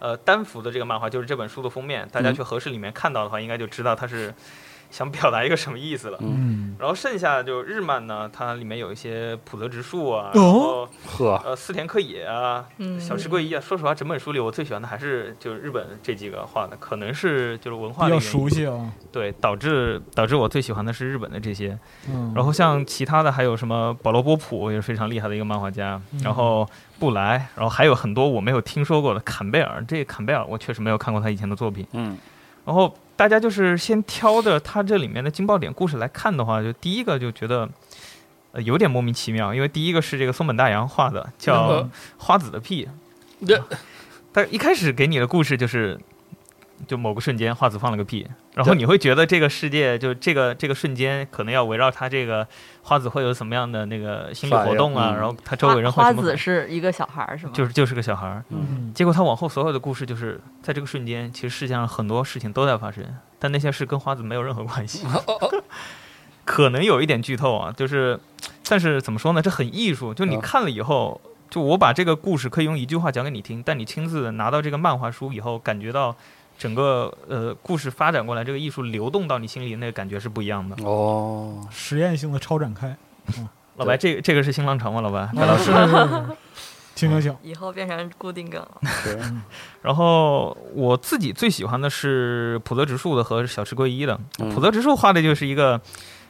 E: 呃单幅的这个漫画，就是这本书的封面。大家
B: 嗯
E: 去合适里面看到的话，应该就知道他是想表达一个什么意思了。
D: 嗯
E: 然后剩下就日漫呢，它里面有一些浦泽直树啊，然后
D: 哦
B: 呵，
E: 呃四田科也啊，
C: 嗯，
E: 小池贵一啊，说实话，整本书里我最喜欢的还是就是日本这几个画的，可能是就是文化
D: 比
E: 的
D: 较
E: 原因
D: 熟悉啊。
E: 对，导致导致我最喜欢的是日本的这些。
D: 嗯，
E: 然后像其他的还有什么保罗波普也是非常厉害的一个漫画家，
D: 嗯
E: 然后布莱，然后还有很多我没有听说过的坎贝尔，这坎贝尔我确实没有看过他以前的作品。
B: 嗯
E: 然后大家就是先挑着他这里面的惊爆点故事来看的话，就第一个就觉得。呃，有点莫名其妙，因为第一个是这个松本大洋画的，叫《
B: 嗯
E: 花子的屁》。
B: 这
E: 但一开始给你的故事就是，就某个瞬间花子放了个屁，然后你会觉得这个世界就这个这个瞬间可能要围绕他这个花子会有什么样的那个心理活动
B: 反
E: 啊，
B: 应嗯
E: 然后 他周
C: 花
E: 围人会
C: 花
E: 什么
C: 子是一个小孩儿是吗？
E: 就是就是个小孩儿。
B: 嗯
D: 嗯
E: 结果他往后所有的故事就是在这个瞬间，其实世界上很多事情都在发生，但那些事跟花子没有任何关系。可能有一点剧透啊，就是，但是怎么说呢？这很艺术，就你
B: 嗯
E: 看了以后，就我把这个故事可以用一句话讲给你听，但你亲自拿到这个漫画书以后，感觉到整个呃故事发展过来，这个艺术流动到你心里那个感觉是不一样的。
B: 哦，
D: 实验性的超展开，
E: 老白，这个这个是新浪潮吗？老白，白
D: 啊
E: 嗯老
D: 是
E: 师。
D: 是是， 听听行，
C: 以后变成固定梗了。
B: 对，
E: 然后我自己最喜欢的是普泽直树的和小池圭一的。
B: 嗯
E: 普泽直树画的就是一个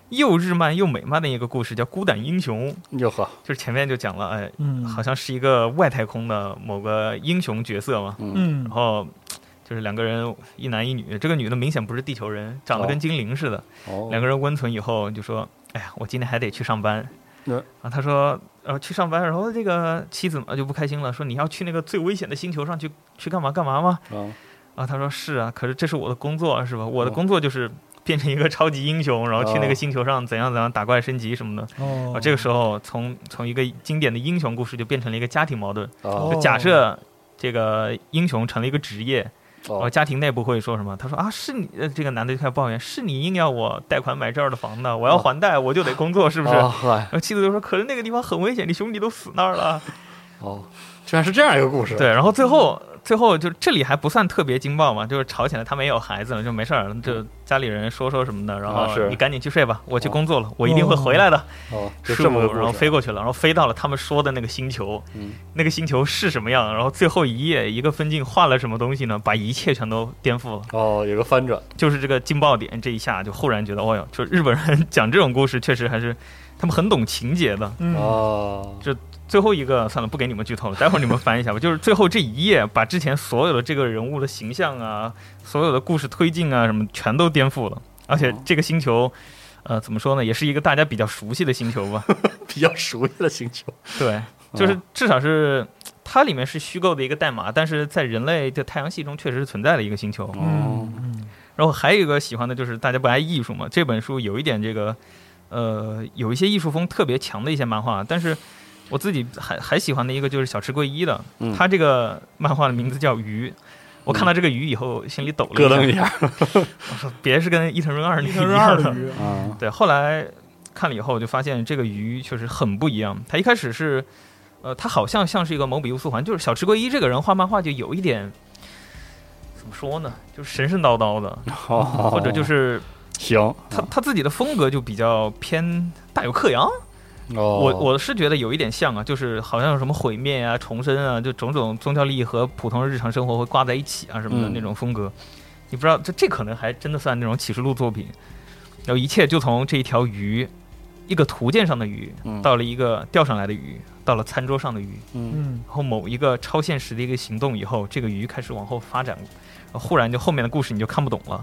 E: 又日漫又美漫的一个故事，叫《孤胆英雄》，
B: 哟呵，
E: 就是前面就讲了，哎，
D: 嗯，
E: 好，像是一个外太空的某个英雄角色嘛。
B: 嗯
D: 嗯
E: 然，后就是两个人，一男一女，这个女的明显不是地球人，长得
B: 哦
E: 跟精灵似的。
B: 哦，
E: 两个人温存以后就说：“哎呀，我今天还得去上班。”
B: 嗯
E: 然后他说：“呃，去上班。”然后这个妻子嘛就不开心了，说：“你要去那个最危险的星球上去去干嘛干嘛吗？”
B: 啊
E: 啊，他说是啊，可是这是我的工作，是吧？我的工作就是变成一个超级英雄，然后去那个
B: 哦
E: 星球上怎样怎样打怪升级什么的。
D: 哦
E: 啊，，这个时候从从一个经典的英雄故事就变成了一个家庭矛盾。
B: 啊
E: 就假设这个英雄成了一个职业，然后
B: 哦，
E: 家庭内部会说什么？他说啊，是你呃这个男的就开始抱怨，是你硬要我贷款买这儿的房的，我要
B: 哦
E: 还贷，我就得工作，是不是？
B: 啊
E: 然
B: 嗨，
E: 后妻子就说，可是那个地方很危险，你兄弟都死那儿了。
B: 哦，居然是这样一个故事，
E: 对，然后最后最后就这里还不算特别惊爆嘛，就是吵起来，他们也有孩子了，就没事儿，就家里人说说什么的，然后
B: 嗯啊是
E: 你赶紧去睡吧，我去工作了，我一定会回来的。
B: 哦，就
E: 树，
B: 这么个故事，
E: 然后飞过去了，然后飞到了他们说的那个星球，
B: 嗯
E: 那个星球是什么样？然后最后一页一个分镜画了什么东西呢？把一切全都颠覆了，
B: 哦，有个翻转，
E: 就是这个劲爆点这一下就忽然觉得，哦哟，就日本人讲这种故事确实还是他们很懂情节的。
D: 嗯，
B: 哦，
E: 最后一个算了，不给你们剧透了，待会儿你们翻一下吧。就是最后这一页把之前所有的这个人物的形象啊，所有的故事推进啊什么全都颠覆了，而且这个星球。呃，怎么说呢，也是一个大家比较熟悉的星球吧。
B: 比较熟悉的星球，
E: 对，就是至少是它里面是虚构的一个代码，但是在人类的太阳系中确实是存在的一个星球。
B: 哦
D: 嗯，嗯
E: 然后还有一个喜欢的就是大家不爱艺术嘛，这本书有一点这个，呃，有一些艺术风特别强的一些漫画，但是我自己还还喜欢的一个就是小池贵一的
B: 嗯，
E: 他这个漫画的名字叫《鱼》。我看到这个鱼以后，心里抖了
B: 咯噔
E: 一
B: 一
E: 下，
B: 下
E: 别是跟伊藤润二那
D: 伊
E: 个
D: 藤
E: 一
D: 润二
E: 样
D: 的
E: 的。
D: 鱼，
B: 啊，
E: 对，后来看了以后，我就发现这个鱼确实很不一样。它一开始是，呃，它好像像是一个毛笔乌苏环，就是小池圭一这个人画漫画就有一点，怎么说呢，就是神神叨叨的，
B: 好，好
E: 哦或者就是
B: 哦行，
E: 他他自己的风格就比较偏大有克洋。
B: 哦，
E: 我我是觉得有一点像啊，就是好像有什么毁灭啊、重生啊，就种种宗教利益和普通日常生活会挂在一起啊什么的
B: 嗯
E: 那种风格。你不知道，这这可能还真的算那种启示录作品。然后一切就从这一条鱼，一个图鉴上的鱼，
B: 嗯
E: 到了一个钓上来的鱼，到了餐桌上的鱼，
B: 嗯
D: 嗯，
E: 然后某一个超现实的一个行动以后，这个鱼开始往后发展，然后忽然就后面的故事你就看不懂 了。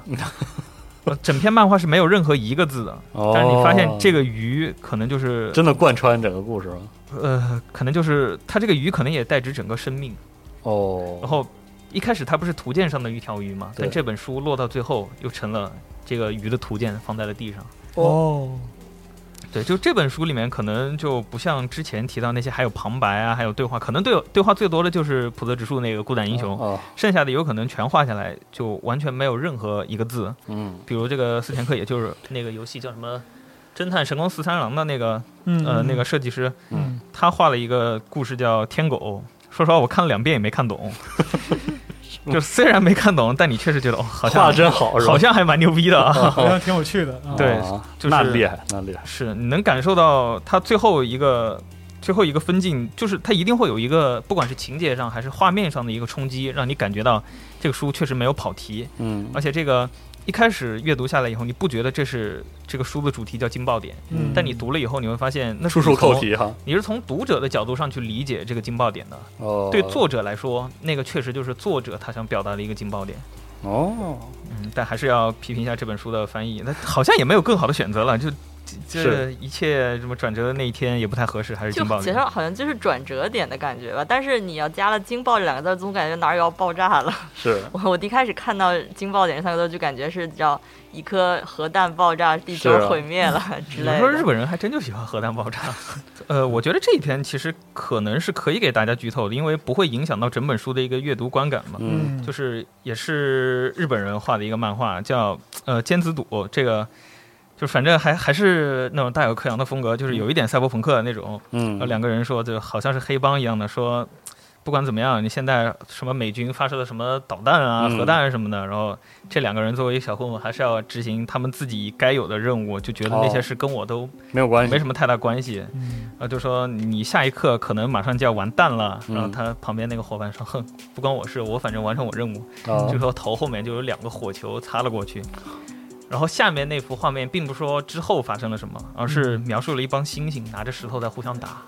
E: 呃整篇漫画是没有任何一个字的，
B: 哦，
E: 但是你发现这个鱼可能就是
B: 真的贯穿整个故事了
E: 呃，可能就是它这个鱼可能也代指整个生命。
B: 哦，
E: 然后一开始它不是图鉴上的一条鱼嘛，
B: 对
E: 但这本书落到最后又成了这个鱼的图鉴放在了地上。
D: 哦，
E: 对，就这本书里面可能就不像之前提到那些还有旁白啊，还有对话，可能对对话最多的就是普泽直树那个孤胆英雄，
B: 啊，
E: 剩下的有可能全画下来就完全没有任何一个字。
B: 嗯
E: 比如这个四田克也就是那个游戏叫什么《侦探神光四三郎》的那个
D: 嗯，
E: 呃那个设计师，
D: 嗯，
E: 他画了一个故事叫《天狗》，说实话我看了两遍也没 看懂，就虽然没看懂，但你确实觉得哦，好
B: 画
E: 像
B: 得真好嗯是吧？
E: 好像还蛮牛逼的啊。
D: 好像挺有趣的啊。
E: 对
B: 啊
E: 就是
B: 那厉害，那厉害，
E: 是你能感受到他最后一个最后一个分镜，就是他一定会有一个，不管是情节上还是画面上的一个冲击，让你感觉到这个书确实没有跑题，
B: 嗯
E: 而且这个。一开始阅读下来以后，你不觉得这是这个书的主题叫劲爆点，
D: 嗯，
E: 但你读了以后，你会发现那
B: 处
E: 是
B: 处
E: 你从
B: 扣，题哈，
E: 你是从读者的角度上去理解这个劲爆点的，
B: 哦，
E: 对作者来说，那个确实就是作者他想表达的一个劲爆点。
B: 哦，
E: 嗯，但还是要批评一下这本书的翻译，那好像也没有更好的选择了，就这这
B: 是
E: 一切什么转折的那一天也不太合适，还是
C: 就
E: 劲爆
C: 介
E: 点。
C: 绍好像就是转折点的感觉吧，但是你要加了“惊爆”这两个字儿，总感觉哪儿有要爆炸了。
B: 是
C: 我我一开始看到“惊爆点”这三个字，就感觉是叫一颗核弹爆炸，地球
B: 是啊
C: 毁 灭了之
E: 有
C: 类
E: 时候日
C: 的。
E: 本人还真就喜欢核弹爆炸。呃，我觉得这一篇其实可能是可以给大家剧透的，因为不会影响到整本书的一个阅读观感嘛。
B: 嗯
D: 嗯，
E: 就是也是日本人画的一个漫画，叫呃尖子笃，这个就反正还还是那种大有克洋的风格，就是有一点赛博朋克的那种。
B: 嗯
E: 呃，两个人说就好像是黑帮一样的说。不管怎么样，你现在什么美军发射了什么导弹啊、
B: 嗯
E: 核弹什么的，然后这两个人作为小混混，还是要执行他们自己该有的任务，就觉得那些
B: 哦
E: 事跟我都
B: 没有关系，
E: 没什么太大关系。
D: 嗯，
E: 呃，就说你下一刻可能马上就要完蛋了，然后
B: 嗯
E: 他旁边那个伙伴说：“哼，不关我事，我反正完成我任务。”
B: 啊
E: 这时候头后面就有两个火球擦了过去，然后下面那幅画面并不说之后发生了什么，而是描述了一帮猩猩拿着石头在互相打，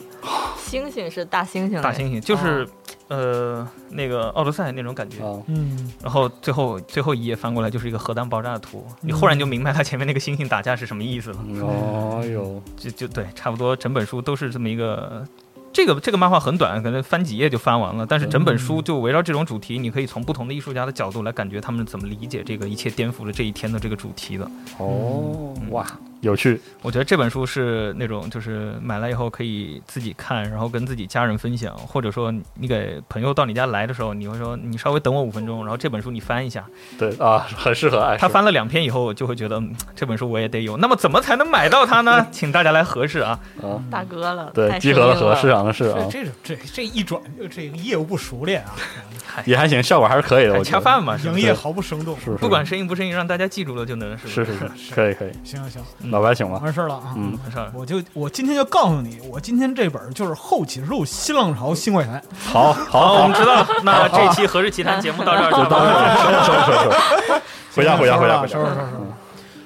C: 星星是大猩猩，
E: 大猩猩就是、呃那个奥德赛那种感觉。
B: 啊，
D: 嗯，
E: 然后最后最后一页翻过来就是一个核弹爆炸的图，你忽然就明白他前面那个猩猩打架是什么意思了。
B: 哦哟，
E: 就就对，差不多整本书都是这么一个。这个这个漫画很短，可能翻几页就翻完了，但是整本
B: 嗯
E: 书就围绕这种主题，你可以从不同的艺术家的角度来感觉他们怎么理解这个一切颠覆了这一天的这个主题的。
B: 哦哇，有趣，
E: 我觉得这本书是那种就是买来以后可以自己看，然后跟自己家人分享，或者说你给朋友到你家来的时候，你会说你稍微等我五分钟，然后这本书你翻一下。
B: 对啊，很适合爱
E: 他
B: 吃
E: 翻了两篇以后，就会觉得、嗯、这本书我也得有。那么怎么才能买到 它呢？请大家来核试啊！
B: 啊，
C: 大哥了，
B: 对，
C: 太
B: 集合了
C: 生硬
B: 和市场的市啊
D: 这，这这这一转，这个业务不熟练啊，
B: 也还行，效果还是可以的，
E: 哎
B: 我觉
E: 恰
B: 得，
E: 饭嘛，是吧
D: 营业毫不生动。
B: 是不是？
E: 不管生硬不生硬，让大家记住了就能是吧
B: 是是是，可以可以，
D: 行行，
B: 老白请吧，
D: 完事儿了啊。
B: 嗯，
E: 没事儿
D: 我就我今天就告诉你，我今天这本就是后起之录新浪潮新怪谈，
B: 好
E: 好，哦我
B: 好
E: 们
B: 好，
E: 知道了。那这期《何氏奇谈》节目到这儿差不多了。
B: 收收收收，回家回家回家回
D: 收拾收拾
B: 家，
D: 收拾。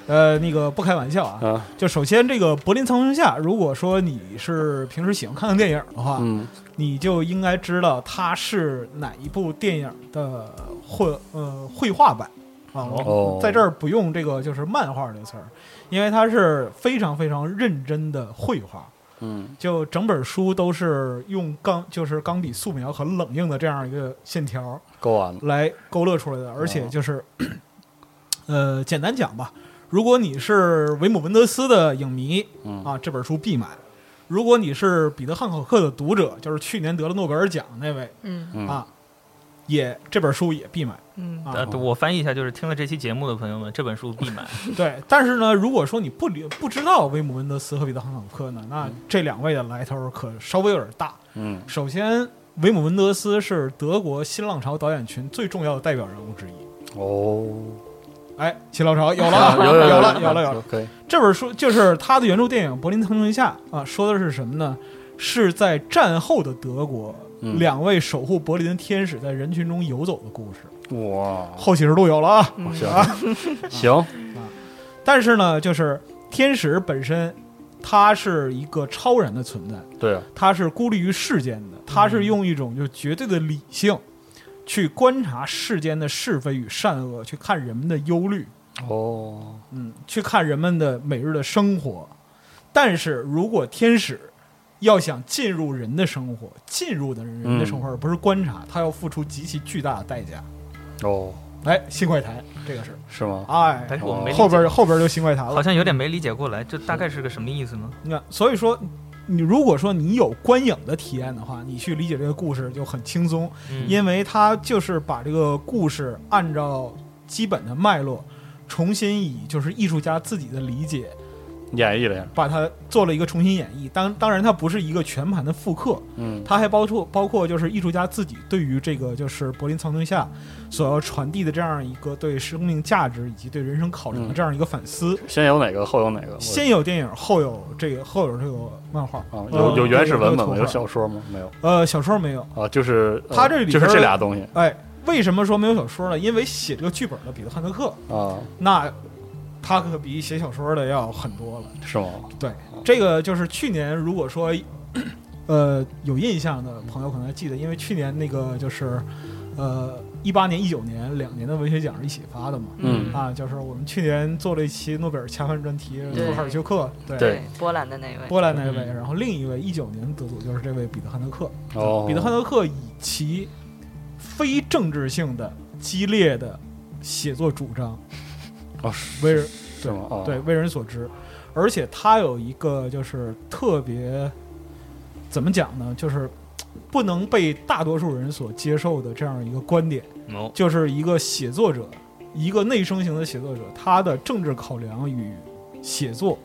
D: 呃，那个不开玩笑啊，
B: 啊
D: 就首先这个《柏林苍穹下》，如果说你是平时喜欢看看电影的话，
B: 嗯
D: 你就应该知道它是哪一部电影的绘呃绘画版啊。
B: 哦
D: 在这儿不用这个就是漫画这个词儿，因为它是非常非常认真的绘画。
B: 嗯
D: 就整本书都是用钢，就是钢笔素描和冷硬的这样一个线条
B: 够完了，
D: 来勾勒出来的，而且就是， 呃，简单讲吧，如果你是维姆文德斯的影迷
B: 嗯
D: 啊，这本书必买；如果你是彼得汉考克的读者，就是去年得了诺贝尔奖那位
C: 嗯，
B: 嗯
D: 啊，也这本书也必买。
C: 嗯
D: 啊
E: 呃，我翻译一下，就是听了这期节目的朋友们，这本书必买。
D: 对，但是呢，如果说你不理不知道威姆文德斯和彼得·汉考克呢，那这两位的来头可稍微有点大。
B: 嗯
D: 首先，威姆文德斯是德国新浪潮导演群最重要的代表人物之一。
B: 哦，
D: 哎，新浪潮有了
B: 啊
D: 啊，
B: 有有
D: 有
B: 了
D: 了，有了，有了。
B: 可以，
D: 这本书就是他的原著电影《柏林苍穹下》啊，说的是什么呢？是在战后的德国，
B: 嗯
D: 两位守护柏林的天使在人群中游走的故事。
B: 哇，
D: 后启示录有了啊，
C: 嗯
B: 行行，
D: 但是呢，就是天使本身，它是一个超然的存在，
B: 对啊，
D: 它是孤立于世间的，它是用一种就绝对的理性。去观察世间的是非与善恶，去看人们的忧虑，
B: 哦，
D: 嗯，去看人们的每日的生活。但是如果天使要想进入人的生活，进入的人的生
E: 嗯
D: 活，而不是观察，他要付出极其巨大的代价。
B: 哦，
D: 哎，新怪谈这个是，
B: 是吗？
D: 哎，
E: 但是我们没理解
D: 后边后边就新怪谈
E: 好
D: 了。
E: 像有点没理解过来，这大概是个什么意思呢？
D: 你看，所以说。你如果说你有观影的体验的话，你去理解这个故事就很轻松，
E: 嗯
D: 因为它就是把这个故事按照基本的脉络，重新以就是艺术家自己的理解
B: 演绎了呀，
D: 把它做了一个重新演绎。当当然，它不是一个全盘的复刻，
B: 嗯
D: 它还包括包括就是艺术家自己对于这个就是柏林苍穹下所要传递的这样一个对生命价值以及对人生考量的这样一个反思。
B: 先有哪个后有哪嗯个？我
D: 先有电影，后有这个后有这个漫画。
B: 啊，
D: 呃
B: 有有原始文本吗？
D: 对
B: 有
D: 有
B: 小说吗？没有
D: 呃，小说没有。
B: 啊，就是呃
D: 它这里边
B: 就是这俩东西
D: 哎，为什么说没有小说呢？因为写这个剧本的彼得汉德克，
B: 啊，
D: 那他可比写小说的要很多了。
B: 是吗？
D: 对，这个就是去年，如果说 呃有印象的朋友可能还记得，因为去年那个就是呃一八年、一九年两年的文学奖是一起发的嘛。
B: 嗯
D: 啊，就是我们去年做了一期诺贝尔恰饭专题，
C: 对
D: 托卡尔丘克，对，
B: 对，
C: 波兰的那位，
D: 波兰那位，
E: 嗯
D: 然后另一位一九年得主就是这位彼得汉德克。
B: 哦，
D: 彼得汉德克以其非政治性的激烈的写作主张
B: 哦是
D: 为人
B: 是吗？啊，
D: 对，为人所知。而且他有一个就是特别，怎么讲呢？就是不能被大多数人所接受的这样一个观点，
E: 哦
D: 就是一个写作者，一个内生型的写作者，他的政治考量与写作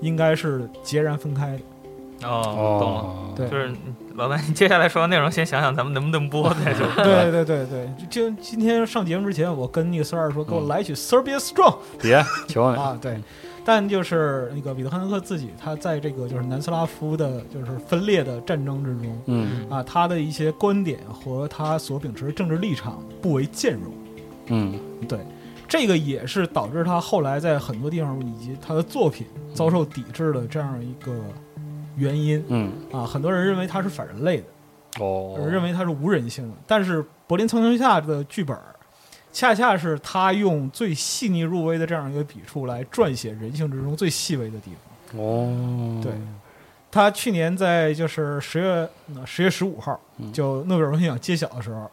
D: 应该是截然分开的。
E: 哦，懂了。
B: 哦，
D: 对，
E: 就是老白，你接下来说完内容，先想想咱们能不能播再说。
D: 对对对对，就今天上节目之前，我跟那个孙二说，给我来一曲《Serbia Strong》。
B: 别求你，
D: 啊，对。但就是那个彼得汉德克自己，他在这个就是南斯拉夫的，就是分裂的战争之中
B: 嗯
D: 啊，他的一些观点和他所秉持的政治立场不为兼容。
B: 嗯
D: 对，这个也是导致他后来在很多地方以及他的作品遭受抵制的这样一个原因
B: 嗯，
D: 啊。很多人认为他是反人类的，
B: 哦，
D: 我认为它是无人性的。但是《柏林苍穹下》的剧本儿，恰恰是他用最细腻入微的这样一个笔触来撰写人性之中最细微的地方。
B: 哦，
D: 对，他去年在就是十月呃十月十五号
B: 嗯，
D: 就诺贝尔文学奖揭晓的时候，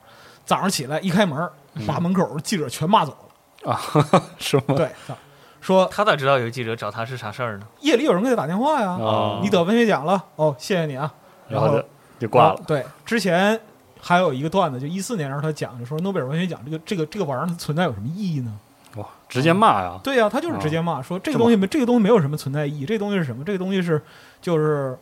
D: 早上起来一开门儿，把门口记者全骂走了。
B: 是吗？
D: 对，说
E: 他咋知道有记者找他是啥事儿呢？
D: 夜里有人给他打电话呀，
B: 啊，
D: 你得文学奖了，哦，谢谢你啊。
B: 然
D: 然
B: 后
D: 后
B: 就就挂
D: 啊
B: 了，
D: 对，之前还有一个段子，就一四年时候他讲，就说诺贝尔文学奖这个这个这个玩意儿它存在有什么意义呢？
B: 哇，直接骂呀，
D: 对啊呀、他就是直接骂、说这个东西没这个东西没有什么存在意义，这个东西是什么？这个东西是就是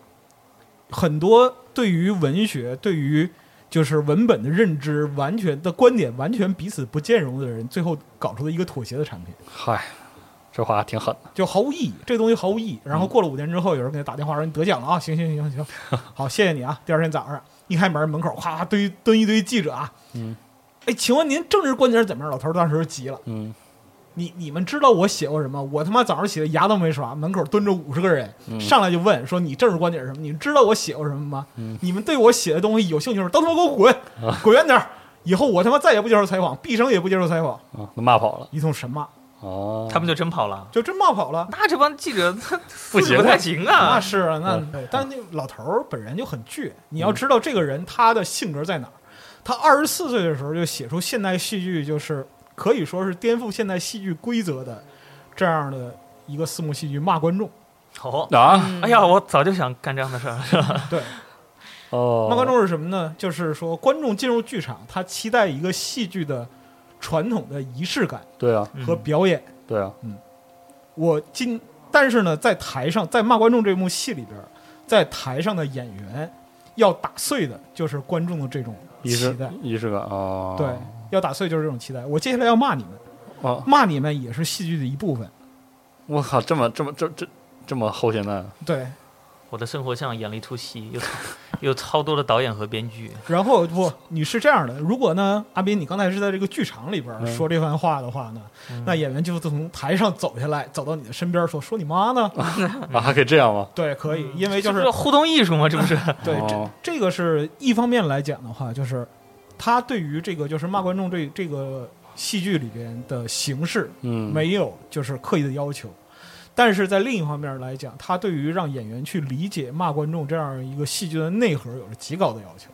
D: 很多对于文学、对于就是文本的认知完全的观点完全彼此不兼容的人，最后搞出的一个妥协的产品，
B: 嗨，这话挺狠的，
D: 就毫无意义。这个东西毫无意义。然后过了五年之后，有人给他打电话说你得奖了啊，行行行行，好，谢谢你啊。第二天早上一开门，门口哗堆蹲一堆记者啊，
B: 嗯，
D: 哎，请问您政治观点怎么样？老头儿当时就急了。
B: 嗯
D: 你你们知道我写过什么？我他妈早上起来牙都没刷，门口蹲着五十个人，上来就问说你政治观点是什么？你们知道我写过什么吗？你们对我写的东西有兴趣吗？都他妈给我滚，滚远点儿！以后我他妈再也不接受采访，毕生也不接受采访。
B: 啊，都骂跑了，
D: 一通神骂，
B: 哦，
E: 他们就真跑了。
D: 就真骂跑了。
E: 那这帮记者他
B: 不行啊
E: 素质不太行啊
D: 那！是啊，那对但那老头儿本人就很倔。你
E: 嗯
D: 要知道这个人他的性格在哪儿，他二十四岁的时候就写出现代戏剧，就是可以说是颠覆现代戏剧规则的这样的一个四幕戏剧骂观 众。
E: 哦，
D: 嗯
B: 啊，
E: 哎呀，我早就想干这样的事儿。
D: 对，
B: 哦，
D: 骂观众是什么呢？就是说，观众进入剧场，他期待一个戏剧的传统的仪式感
B: 对啊，
E: 嗯
D: 和表演。
B: 对啊，
D: 我今但是呢，在台上，在骂观众这幕戏里边，在台上的演员要打碎的就是观众的这种
B: 仪
D: 期
B: 式
D: 待，
B: 仪式感啊，
D: 对，要打碎就是这种期待。我接下来要骂你们，
B: 啊，
D: 骂你们也是戏剧的一部分。
B: 我靠，这么这么这这这么后现代，啊
D: 对，
E: 我的生活像演了一出戏，有有超多的导演和编剧，
D: 然后不，你是这样的，如果呢，阿斌，你刚才是在这个剧场里边
B: 嗯
D: 说这番话的话呢，
E: 嗯
D: 那演员就是从台上走下来，走到你的身边说说你妈呢？
B: 啊，还可以这样吗？
D: 对，可以，因为就
E: 这
D: 是
E: 不互动艺术嘛，这 不是？
D: 对，
B: 哦
D: 这这个是一方面来讲的话，就是他对于这个就是骂观众这这个戏剧里边的形式
B: 嗯，
D: 没有就是刻意的要求，但是在另一方面来讲，他对于让演员去理解骂观众这样一个戏剧的内核有着极高的要求。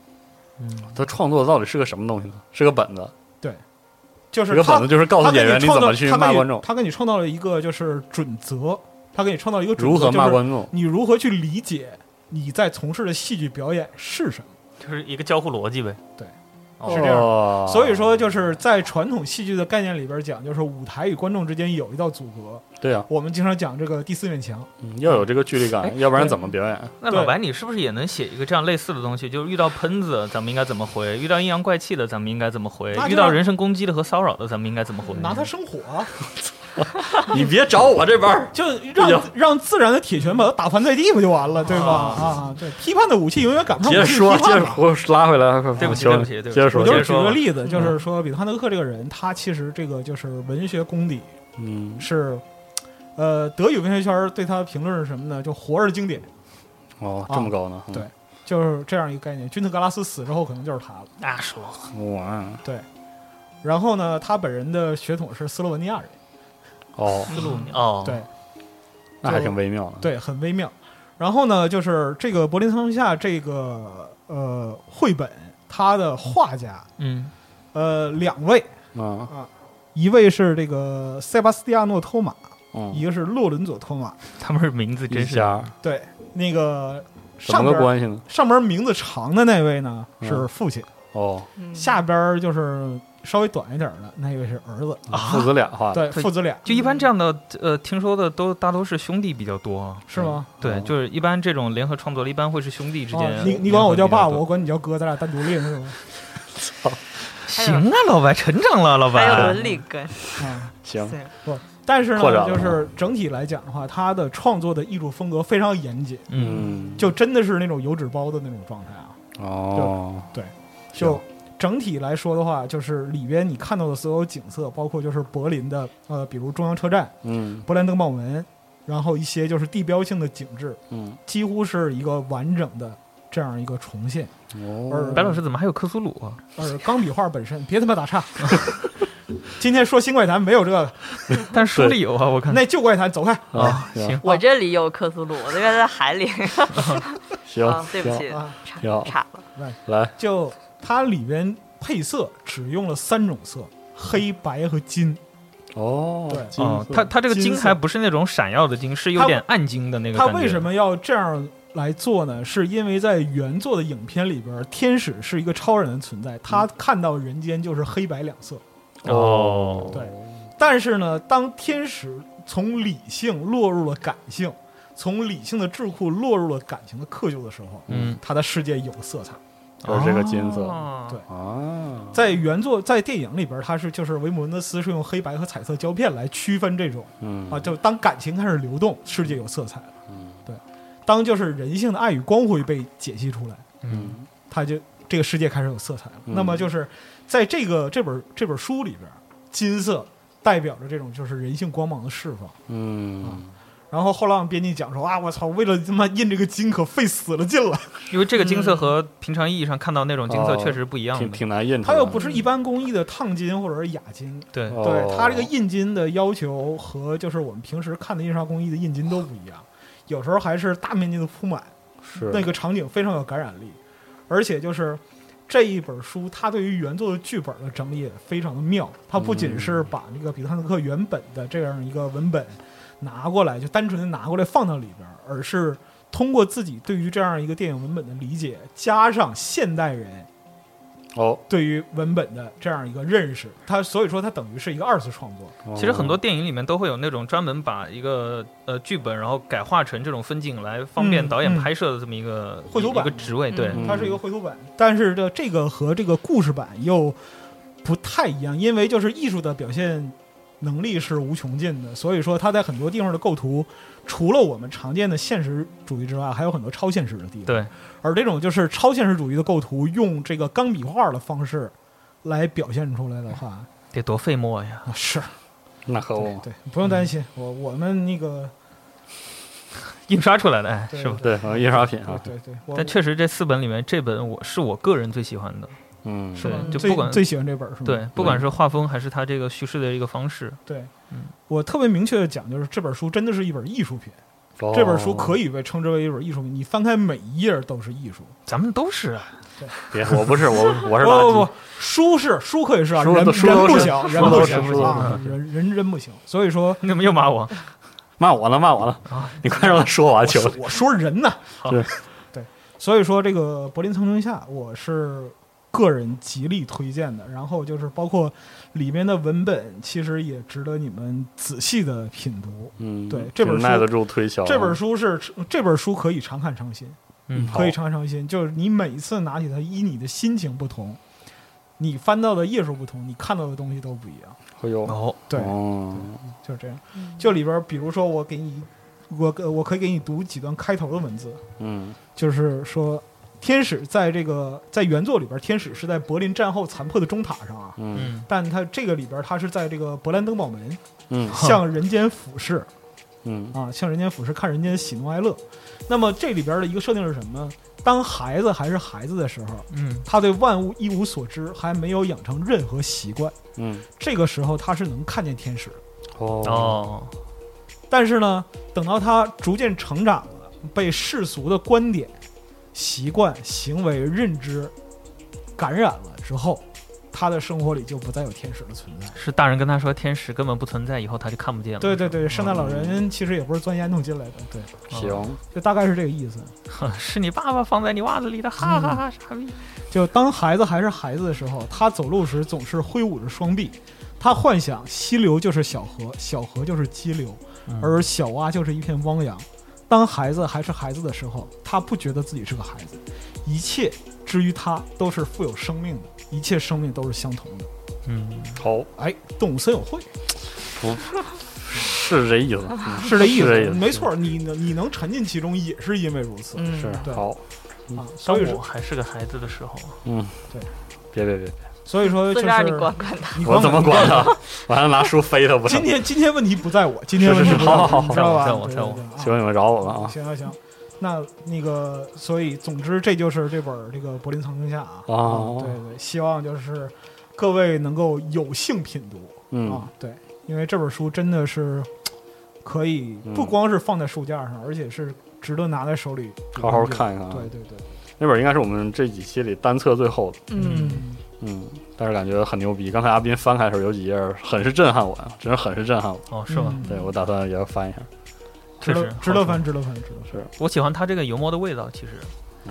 E: 嗯，
B: 他创作到底是个什么东西呢？是个本子，
D: 就
B: 这
D: 是
B: 个
D: 他
B: 本子就是告
D: 他
B: 诉
D: 给
B: 演员你
D: 创
B: 怎
D: 造
B: 么去
D: 他给
B: 骂
D: 你
B: 观众，
D: 他给你创造了一个就是准则，他给你创造了一个准
B: 如
D: 则
B: 何骂
D: 就是
B: 观众。
D: 你如何去理解你在从事的戏剧表演是什么。
E: 就是一个交互逻辑呗。
D: 对
E: 哦，
D: 是这样的
B: 哦
D: 所以，说，就是在传统戏剧的概念里边讲，就是舞台与观众之间有一道阻隔。
B: 对啊，
D: 我们经常讲这个第四面墙，
B: 嗯要有这个距离
E: 哎
B: 感，要不然怎么表 演？啊
E: 那
D: 对
E: 老白，你是不是也能写一个这样类似的东西？就是遇到喷子，咱们应该怎么回；遇到阴阳怪气的，咱们应该怎么回
D: 那就；让
E: 遇到人身攻击的和骚扰的，咱们应该怎么回？
B: 嗯
D: 拿它生火啊，
B: 你别找我这班儿，
D: 就
B: 哎呦
D: 让让自然的铁拳把它打翻在地不就完了，对吧？啊，对，批判的武器永远赶不 上
B: 接
D: 武器
B: 着说，
D: 的批
B: 接
D: 判
B: 着
D: 嘛。
B: 我拉回来，快
E: 对不起
B: 我求
E: 对不起
B: 你
E: 对不起
B: 接着说，
D: 我就
B: 接着
D: 是举个
B: 说，
D: 例子，就是说，比特汉德克这个人，他其实这个就是文学功底
B: 嗯，
D: 是，呃，德语文学圈对他的评论是什么呢？就活着经典，
B: 哦，
D: 啊
B: 这么高呢？嗯
D: 对就是这样一个概念。君特·格拉斯死之后，可能就是他了。
E: 那说
B: 哇，
D: 然后呢，他本人的血统是斯洛文尼亚人，
B: 哦，
E: 思路哦，
D: 对
B: 那还挺微妙的。
D: 对，很微妙。然后呢，就是这个柏林苍穹下这个呃绘本，它的画家
E: 嗯，
D: 呃两位，
B: 嗯
D: 一位是这个塞巴斯蒂亚诺·托马，
B: 嗯，
D: 一个是洛伦佐·托马。
E: 他们是名字真
B: 一
E: 是
B: 家
D: 对，那个
B: 怎么
D: 上
B: 个
D: 边
B: 关系呢？
D: 上边名字长的那位呢
B: 嗯
D: 是父亲，
B: 哦，
C: 嗯
D: 下边就是稍微短一点的那位是儿子。
B: 父子俩画的，
D: 啊对，父子俩
E: 就一般这样的，呃，听说的都大多是兄弟比较多。啊
D: 是吗？
E: 对，
B: 哦
E: 就是一般这种联合创作的，一般会是兄弟之
D: 哦
E: 间。
D: 你你管我叫爸，
E: 联合
D: 我管你叫哥，咱俩单独练是吧？
E: 比较多行啊，老白成长了，老
C: 还有
E: 白
C: 伦理根，
D: 啊。
B: 行，
C: 对
D: 但是
B: 扩展了
D: 呢，就是整体来讲的话，他的创作的艺术风格非常严谨，
B: 嗯，
E: 嗯，
D: 就真的是那种油纸包的那种状态啊。
B: 哦，
D: 就整体来说的话，就是里边你看到的所有景色，包括就是柏林的呃，比如中央车站、
B: 嗯
D: 勃兰登堡门，然后一些就是地标性的景致，
B: 嗯，
D: 几乎是一个完整的这样一个重现。
B: 哦
D: 而
E: 白老师怎么还有克苏鲁啊？
D: 而钢笔画本身，别他妈打岔。 今天说新怪谈没有这个，
E: 但书里有啊，我看。
D: 那旧怪谈走开。
B: 啊，
E: 哦行，
C: 我这里有克苏鲁，我那边在海 里。啊
B: 行，，
C: 对不起
B: 行，
D: 啊
C: 岔
B: 挺好
C: 岔了。
B: 来，
D: 就它里边配色只用了三种色，黑白和金。
B: 哦，
D: 对
B: 金
E: 哦，
B: 色
E: 它它这个
D: 金
E: 金
D: 色
E: 还不是那种闪耀的金，是有
D: 它
E: 点暗金的那个
D: 它
E: 感觉。
D: 为什么要这样来做呢？是因为在原作的影片里边，天使是一个超人的存在，他看到人间就是黑白两色。
E: 哦
D: 对，但是呢，当天使从理性落入了感性，从理性的智库落入了感情的窠臼的时候，
E: 嗯，
D: 他的世界有了色彩。
B: 就是这个金色
E: 哦
D: 对
E: 嗯
B: 啊，
D: 在原作在电影里边，他是就是维姆恩德斯是用黑白和彩色胶片来区分这种。
B: 嗯
D: 啊，就当感情开始流动，世界有色彩了。
B: 嗯
D: 对，当就是人性的爱与光辉被解析出来，
E: 嗯，
B: 嗯
D: 它就这个世界开始有色彩了。
B: 嗯
D: 那么就是在这个这本这本书里边，金色代表着这种就是人性光芒的释放。哦
B: 嗯，
D: 然后后浪编辑讲说啊，我操，为了他妈印这个金可费死了劲了，
E: 因为这个金
D: 嗯
E: 色和平常意义上看到那种金色确实不一
D: 哦
E: 样
B: 挺
E: 的。
B: 挺难印出
D: 它
B: 来的，
D: 又不是一般工艺的烫金或者是哑金。
E: 对，
D: 对它这个
B: 哦
D: 印金的要求和就是我们平时看的印刷工艺的印金都不一样，有时候还是大面积的铺满，
B: 是
D: 那个场景非常有感染力，而且就是这一本书，它对于原作的剧本的整理也非常的妙。它不仅是把这个比特汉德克原本的这样一个文本拿过来，就单纯的拿过来放到里边儿，而是通过自己对于这样一个电影文本的理解，加上现代人
B: 哦，
D: 对于文本的这样一个认识。它所以说它等于是一个二次创作。
E: 其实很
B: 哦
E: 多电影里面都会有那种专门把一个呃剧本，然后改化成这种分镜来方便
D: 嗯
E: 导
D: 嗯
E: 演拍摄的这么一个
D: 绘图
E: 一
D: 板
E: 个职位。对，
C: 嗯
D: 它是一个绘图板，但是这这个和这个故事版又不太一样，因为就是艺术的表现能力是无穷尽的，所以说它在很多地方的构图，除了我们常见的现实主义之外，还有很多超现实的地方。
E: 对，
D: 而这种就是超现实主义的构图，用这个钢笔画的方式来表现出来的话，
E: 得多费墨呀！
D: 啊是
B: 那
E: 哦
B: 可不嘛，
D: 对，不
E: 嗯
D: 用担心，我我们那个
E: 印刷出来的，哎，
D: 对
E: 是吧？
B: 对，好像印刷品
D: 对
B: 啊，
D: 对对，我
E: 但确实这四本里面，这本我是我个人最喜欢的。
B: 嗯，
D: 是吗
C: 对
E: 就
D: 最
E: 不管
D: 最喜欢这本儿是吗？
E: 对，不管是画风还是它这个叙事的一个方式，
D: 对
E: 嗯。
D: 我特别明确的讲，就是这本书真的是一本艺术品，
B: 哦
D: 这本书可以被称之为一本艺术品。你翻开每一页都是艺术。
E: 咱们都是啊，
B: 别，我不是我，我是
D: 不
B: 垃圾
D: 哦不不，书是书可以是啊，
B: 书
D: 人人
B: 都书都
D: 不
B: 是
D: 行，
B: 书
D: 人
B: 都是
D: 不
B: 书
D: 行
B: 都
D: 啊，人人真不行。所以说，
E: 你怎么又骂我？
B: 骂我了，骂我了
E: 啊，
B: 你快让他说完，求
D: 我
B: 你
D: 我说人呢，
B: 对
D: 对，所以说这个《柏林苍穹下》，我是个人极力推荐的。然后就是包括里面的文本，其实也值得你们仔细的品读。
B: 嗯，
D: 对这本
B: 挺耐
D: 书
B: 得住推销啊，
D: 这本书是这本书可以常看常新，
E: 嗯，
B: 好
D: 可以常看常新。就是你每一次拿起它，依你的心情不同，你翻到的页数不同，你看到的东西都不一样。
B: 哎呦，
E: 哦，
D: 对，
B: 哦，
D: 就是这样。就里边儿，比如说我给你，我我可以给你读几段开头的文字，
B: 嗯，
D: 就是说，天使在这个在原作里边，天使是在柏林战后残破的钟塔上啊，
B: 嗯
E: 嗯，
D: 但他这个里边他是在这个勃兰登堡门
B: 嗯
D: 向人间俯视
B: 嗯
D: 啊，向人间俯视，看人间喜怒哀乐。那么这里边的一个设定是什么呢？当孩子还是孩子的时候，
E: 嗯，
D: 他对万物一无所知，还没有养成任何习惯。
B: 嗯，
D: 这个时候他是能看见天使的，
B: 哦，
E: 哦，
D: 但是呢，等到他逐渐成长了，被世俗的观点、习惯、行为、认知感染了之后，他的生活里就不再有天使的存在。
E: 是大人跟他说天使根本不存在，以后他就看不见了。
D: 对对对，圣诞老人其实也不是钻烟囱进来的，对，
E: 哦，
B: 行，
D: 就大概是这个意思。
E: 嗯 是你爸爸放在你袜子里的，哈哈哈，傻逼。
D: 就当孩子还是孩子的时候，他走路时总是挥舞着双臂，他幻想溪流就是小河，小河就是激流，
E: 嗯
D: 而小蛙就是一片汪洋。当孩子还是孩子的时候，他不觉得自己是个孩子，一切之于他都是富有生命的，一切生命都是相同的。
E: 嗯，
B: 好，
D: 哎，动物森友会
B: 是这意思，嗯
D: 啊是这意
B: 是这意
D: 思，
B: 思
D: 没错，你能你能沉浸其中也是因为如此、
C: 嗯，
B: 是
D: 对
B: 好，
D: 啊。所
E: 当
D: 以
E: 我
D: 说，
E: 还是个孩子的时候，
B: 嗯，
D: 对，
B: 别别别，
D: 所以说就
C: 所以
D: 是
C: 让你管管他，
D: 你管
B: 我怎么管 他？我还拿书飞他不成
D: 今？天今天问题不在我，今天
B: 是
D: 问题
B: 是
D: 不
B: 是
D: 在
B: 好
D: 我
B: 好好
D: 你知道吧？
E: 在我
D: 对
E: 在我
D: 对对啊
B: 求你们饶我们啊！
D: 行行行，那那个，所以总之这就是这本儿这个《柏林苍穹下》啊，
B: 哦
D: 对对，希望就是各位能够有幸品读、
B: 嗯
D: 啊，对，因为这本书真的是可以
B: 嗯
D: 不光是放在书架上，而且是值得拿在手里
B: 好好看一看啊
D: 对对对，
B: 那本应该是我们这几期里单册最后的，
C: 嗯，
D: 嗯，
B: 嗯，但是感觉很牛逼。刚才阿斌翻开的时候有几页很是震撼我呀，真是很是震撼我。
E: 哦，是吗？
D: 嗯
B: 对我打算也要翻一下。
D: 值
E: 确
D: 得
E: 实
D: 值得
E: 好吃
D: 翻，值得翻，值得翻。嗯
E: 我喜欢它这个油墨的味道，其实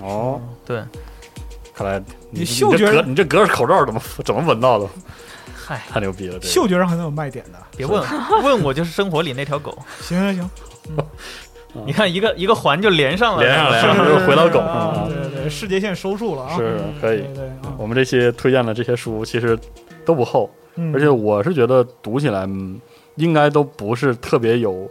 B: 哦，
E: 对，
B: 看来
D: 你
B: 你
D: 嗅
B: 你这
D: 觉
B: 隔你这隔着口罩怎么怎么闻到的？
E: 嗨，
B: 太牛逼了！这个
D: 嗅觉上还能有卖点的，
E: 别问问 我就是生活里那条狗，
D: 行行行，
E: 你看一个一个环就连上了，
B: 连上了
E: 是
B: 然
E: 吧
B: 后哎又回到狗上
D: 啊
B: 了
D: 对对对，世界线收束了啊，
B: 是可以哦
D: 对。对啊，
B: 我们这些推荐的这些书其实都不厚，
D: 嗯
B: 而且我是觉得读起来嗯应该都不是特别有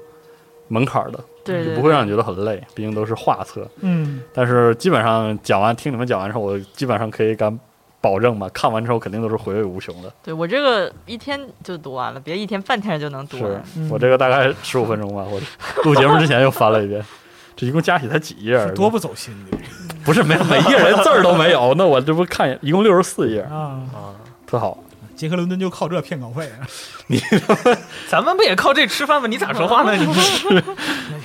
B: 门槛儿的，
C: 对
B: 就
C: 对，
B: 不会让你觉得很累，毕竟都是画册。
D: 嗯，
B: 但是基本上讲完听你们讲完之后，我基本上可以敢保证吧，看完之后肯定都是回味无穷的。
C: 对我这个一天就读完了，别一天半天就能读
B: 是
C: 完。
D: 嗯
B: 我这个大概十五分钟吧，我录节目之前又翻了一遍，这一共加起来才几页儿？
D: 是多不走心的
B: 不是没每一页人字儿都没有，那我这不看一共六十四页，
D: 啊！
B: 特好。
D: 杰克伦敦就靠这骗稿啊费，
E: 咱们不也靠这吃饭吗？你咋说话呢？你不是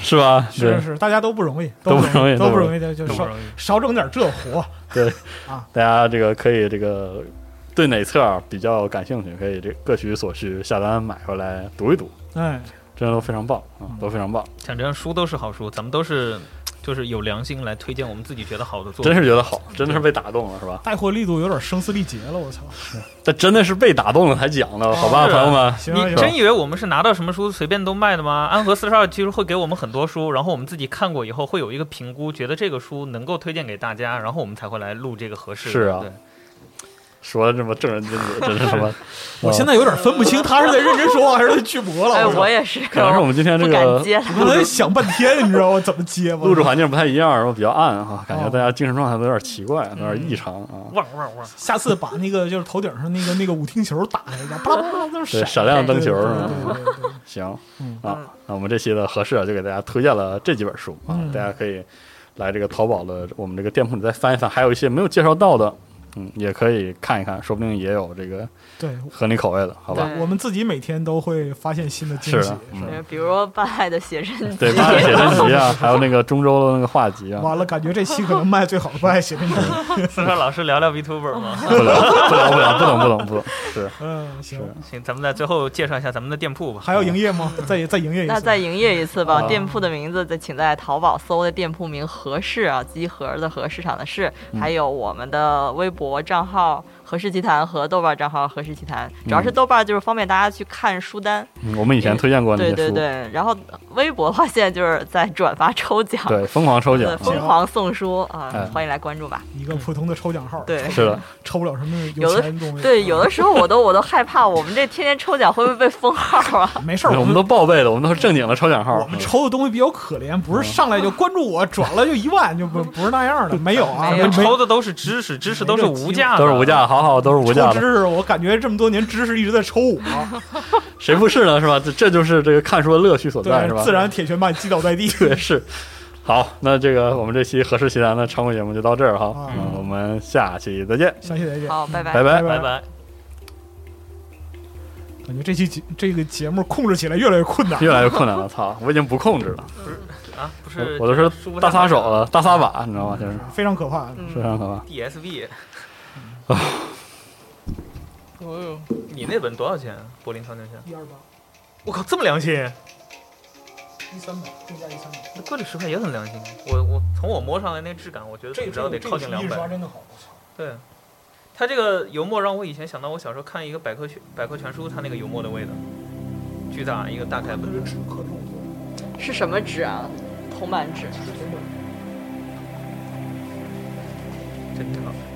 B: 是吧？
D: 是是，大家都不容易，都
B: 不容易
D: 都
B: 都
D: 不
B: 不
D: 容
B: 容
D: 易的，就
E: 这么
D: 少
E: 容易
D: 少整点这 活。啊
B: 对，大家这个可以这个对哪册儿比较感兴趣，可以这各取所需，下单买回来读一读，
D: 哎，嗯
B: 真的都非常棒啊，都非常棒。
E: 讲真，书都是好书，咱们都是就是有良心来推荐我们自己觉得好的作品。
B: 真是觉得好，真的是被打动了，是吧？
D: 带货力度有点声嘶力竭了，我
B: 啊
D: 操！
B: 这真的是被打动了才讲的，好吧，
E: 是
B: 朋
E: 啊
B: 友们。
D: 行啊行
E: 你真以为我们是拿到什么书随便都卖的吗？安和四十二其实会给我们很多书，然后我们自己看过以后会有一个评估，觉得这个书能够推荐给大家，然后我们才会来录这个合适的。
B: 是啊
E: 对
B: 说的这么正人君子，真是什 么？
D: 啊我现在有点分不清他是在认真说话还是在剧搏了。
C: 哎，
D: 我操
C: 我也是，
B: 可能是我们今天这
C: 不
B: 个
C: 敢接了。
D: 我刚才想半天，你知道我怎么接吗？
B: 呃录制环境不太一样，然后比较暗哈，感觉
D: 哦
B: 大家精神状态都有点奇怪，有点异常啊。
E: 汪汪汪！
D: 下次把那个就是头顶上那个那个舞厅球打开，然后啪啦啪啦在那
B: 对，
D: 闪。
B: 闪亮灯球是
D: 对
B: 吗？
D: 对对对对
B: 行
D: 嗯
B: 啊，那我们这期的合适啊，就给大家推荐了这几本书啊，
D: 嗯
B: 大家可以来这个淘宝的我们这个店铺里再翻一翻，还有一些没有介绍到的，嗯，也可以看一看，说不定也有这个
D: 对，
B: 合你口味的，好吧？
D: 我们自己每天都会发现新的惊
B: 是
D: 喜
B: 的。嗯
D: 吧
C: 比如说半爱的写真集，
B: 对，八月写真集啊，还有那个中州的那个画集啊，
D: 完了，感觉这期可能卖最好的不爱 写真集。
E: 四十二老师聊聊 VTuber 吗？
B: 不聊，不聊，不聊，不懂，不懂，不懂，是
D: 嗯，行。
E: 行，咱们在最后介绍一下咱们的店铺吧。
D: 还要营业吗？再再营业一次。
C: 那再营业一次吧。
B: 啊
C: 店铺的名字，再请在淘宝搜的店铺名“和氏”啊，集合的和市场的市，
B: 嗯
C: 还有我们的微博账号“和氏集团”和豆瓣账号“和氏集团”，主要是豆瓣就是方便大家去看书单。
B: 嗯我们以前推荐过那
C: 对
B: 些
C: 对
B: 书，
C: 对，然后微博的话，现在就是在转发抽奖，
B: 对疯狂抽奖
C: 对，
B: 嗯
C: 疯狂送书啊、
B: 哎
C: 欢迎来关注吧。
D: 一个普通的抽奖号，
C: 对
B: 是的，
D: 抽不了什么
C: 有的
D: 钱东西。
C: 对，有的时候我都我都害怕，我们这天天抽奖会不会被封号啊？
D: 嗯没事儿，
B: 我们都报备了，我们都是正经的抽奖号，嗯
D: 我们抽的东西比较可怜，不是上来就关注我， 转了就一万，就不不是那样的，没有啊，
C: 没
D: 没
C: 有
E: 我们
D: 没
E: 抽的都是知识，知识都是无价的，
B: 都是无价，的，好好都是无价
D: 抽知
B: 的，
D: 识，我感觉这么多年知识一直在抽我，
B: 谁不是呢？是吧？这这就是这个看书的乐趣所在，是吧
D: 对，？自然铁拳把你击倒在地。
B: 对是。好，那这个我们这期《合适奇谈》的常规节目就到这儿哈，
D: 啊
B: 嗯，我们下期再见，
D: 下期再见，
C: 好，拜拜。
B: 拜拜。
E: 拜拜。
D: 感觉这期节这个节目控制起来越来越困 难。
B: 越来越困难了，操！我已经不控制了，
E: 啊，不是，
B: 我我都是大撒手 了，大撒把，你知道吗？就是
D: 嗯
B: 啊
D: 非常可怕，
C: 嗯
B: 非常可怕。
E: DSB。哦哎呦，你那本多少钱啊？柏林长城线？
D: 一二八
E: 我靠，这么良心！
D: 一三百定价一三百，
E: 那贵了十块也很良心。我我从我摸上来那质感，我觉得怎么着得靠近两百。
D: 真的好，
E: 对，它这个油墨让我以前想到我小时候看一个百科全百科全书，它那个油墨的味道，巨大一个大开本。
D: 纸可重，
C: 是什么纸啊？铜板纸。
E: 真的。